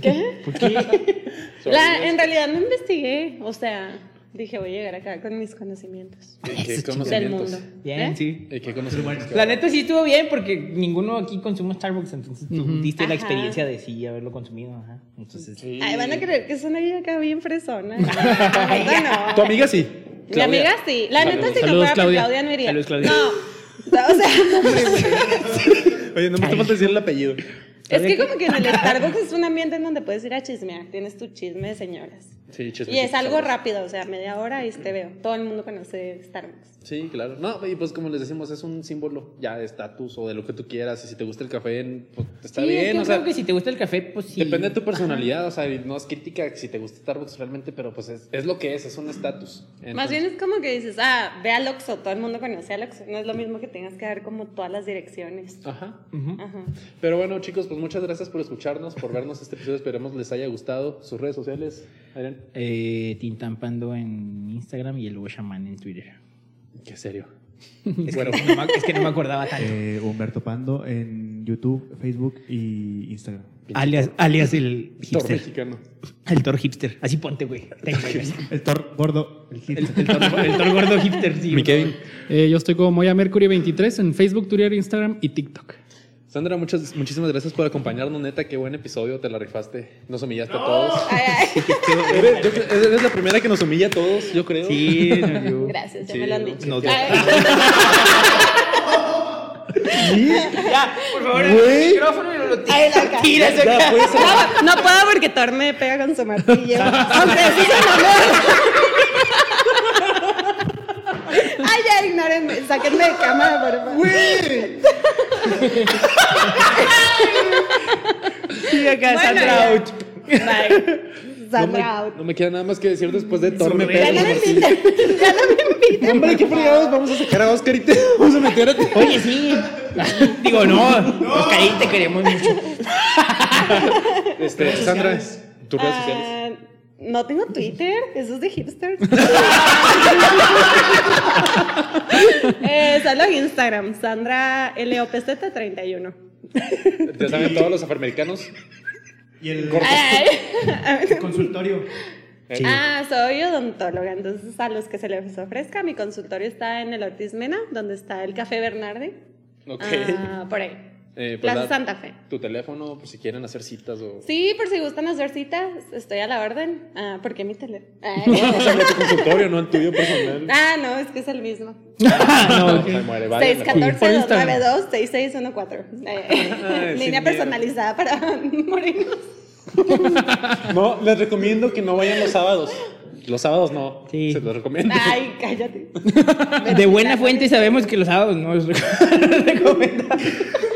¿Qué?
¿Por qué?
La, en realidad no investigué. O sea, dije, voy a llegar acá con mis conocimientos
¿Qué
del
conocimientos?
mundo.
Bien,
¿Eh?
sí.
Eh, ¿Qué conocimientos?
La neta sí estuvo bien porque ninguno aquí consume Starbucks, entonces tú diste la
Ajá.
experiencia de sí haberlo consumido, ajá. Entonces,
Sí.
Ay, van a creer que es una vida acá bien fresona. La neta no.
Tu amiga sí.
Mi
Claudia.
amiga sí. La neta, si no
Saludos,
fuera por
Claudia.
Claudia, no iría.
Saludos, Claudia.
No. O sea,
Oye, no me está falta decir el apellido.
es que como que en el Starbucks es un ambiente en donde puedes ir a chismear. Tienes tu chisme de señoras.
Sí, chisme,
Y es
chisme,
algo
sabroso.
rápido, o sea, media hora y te veo. Todo el mundo conoce Starbucks.
Sí, claro. No, y pues como les decimos, es un símbolo ya de estatus o de lo que tú quieras. Y si te gusta el café, pues está
sí, es que
bien.
yo
O sea,
creo que si te gusta el café, pues sí.
Depende de tu personalidad, o sea, y no es crítica si te gusta Starbucks realmente, pero pues es, es lo que es, es un estatus.
Más bien es como que dices, ah, ve al Oxxo, todo el mundo conoce al Oxxo. No es lo mismo que tengas que dar como todas las direcciones.
Ajá.
Ajá.
Pero bueno, chicos, pues muchas gracias por escucharnos, por vernos este episodio. Esperemos les haya gustado. Sus redes sociales, Adrián.
Eh, Tintampando en Instagram y el luego Shaman en Twitter.
Qué serio.
Es, que, no me, es que no me acordaba tanto.
Eh, Humberto Pando en YouTube, Facebook y Instagram.
Alias, alias el
Thor
hipster.
mexicano.
El Thor hipster. Así ponte, güey. Te encuentras.
El Thor gordo, el hit.
El, el Thor, el Thor gordo hipster, sí.
Mi Kevin.
Eh, yo estoy como Moya Mercury 23 en Facebook, Twitter, Instagram y TikTok.
Sandra, muchas, muchísimas gracias por acompañarnos, neta. Qué buen episodio, te la rifaste. Nos humillaste a todos.
Ay, ay.
Eres, yo creo- eres la primera que nos humilla a todos, yo creo.
Sí, no, yo-
Gracias, ya
Sí,
me lo han
no,
dicho.
no,
Ay.
Ya, por favor,
Güey.
el micrófono y lo tiras.
Ay, la cara.
tiras acá.
Ya, pues,
No, no puedo porque Thor me pega con su martillo. Aunque sí se mamó. Ay, ya, ignórenme. Sáquenme de cámara, por favor.
Sí, acá,
Bueno,
Sandra
ya.
out.
Bye.
no, me,
Sandra out.
no me queda nada más que decir después de Thor. me
Ya
pega
Ya no me
Martín.
invitan. Ya no me invitan.
Hombre, qué fregados, vamos a sacar a Oscar y te vamos a meter a ti.
Oye, sí. Digo, no. Oscarín, te queremos mucho.
Este, Sandra, tus redes sociales.
Ah, No tengo Twitter, eso es de hipsters. eh, solo en Instagram, Sandra LOPZ31. Ah.
Ya saben todos los afroamericanos.
Y el
Ay, ay.
consultorio.
Eh.
Sí.
Ah, soy odontóloga, entonces a los que se les ofrezca, mi consultorio está en el Ortiz Mena, donde está el Café Bernardi.
Ok.
Ah, por ahí.
Eh, pues
Plaza
da
Santa Fe.
Tu teléfono, por si quieren hacer citas o.
Sí, por si gustan hacer citas, estoy a la orden. Ah, ¿por qué mi teléfono?
No, o
Ah,
sea, de tu consultorio, no el tuyo personal.
Ah, no, es que es el mismo.
no,
Se muere, vaya, mejor.
614-292-6614.
Ah,
Eh,
sin miedo.
línea personalizada para morenos.
No, les recomiendo que no vayan los sábados. Los sábados no.
Sí.
Se los recomiendo.
Ay, cállate.
De buena fuente sabemos que los sábados no es recomendable.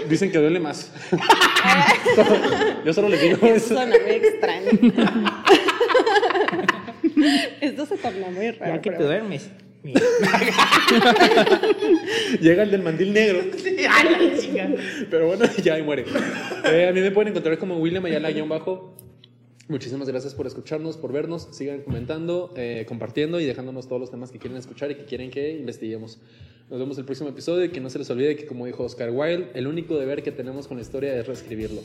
Dicen que duele más. Ah. Yo solo les digo eso.
Suena muy extraño. Esto se torna muy raro.
Ya que
pero
te duermes.
Llega el del mandil negro. Pero bueno, ya ahí muere. Eh, a mí me pueden encontrar como William Ayala guión bajo. Muchísimas gracias por escucharnos, por vernos. Sigan comentando, eh, compartiendo y dejándonos todos los temas que quieren escuchar y que quieren que investiguemos. Nos vemos el próximo episodio y que no se les olvide que, como dijo Oscar Wilde, el único deber que tenemos con la historia es reescribirlo.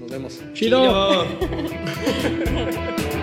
Nos vemos.
Chido.
Chido.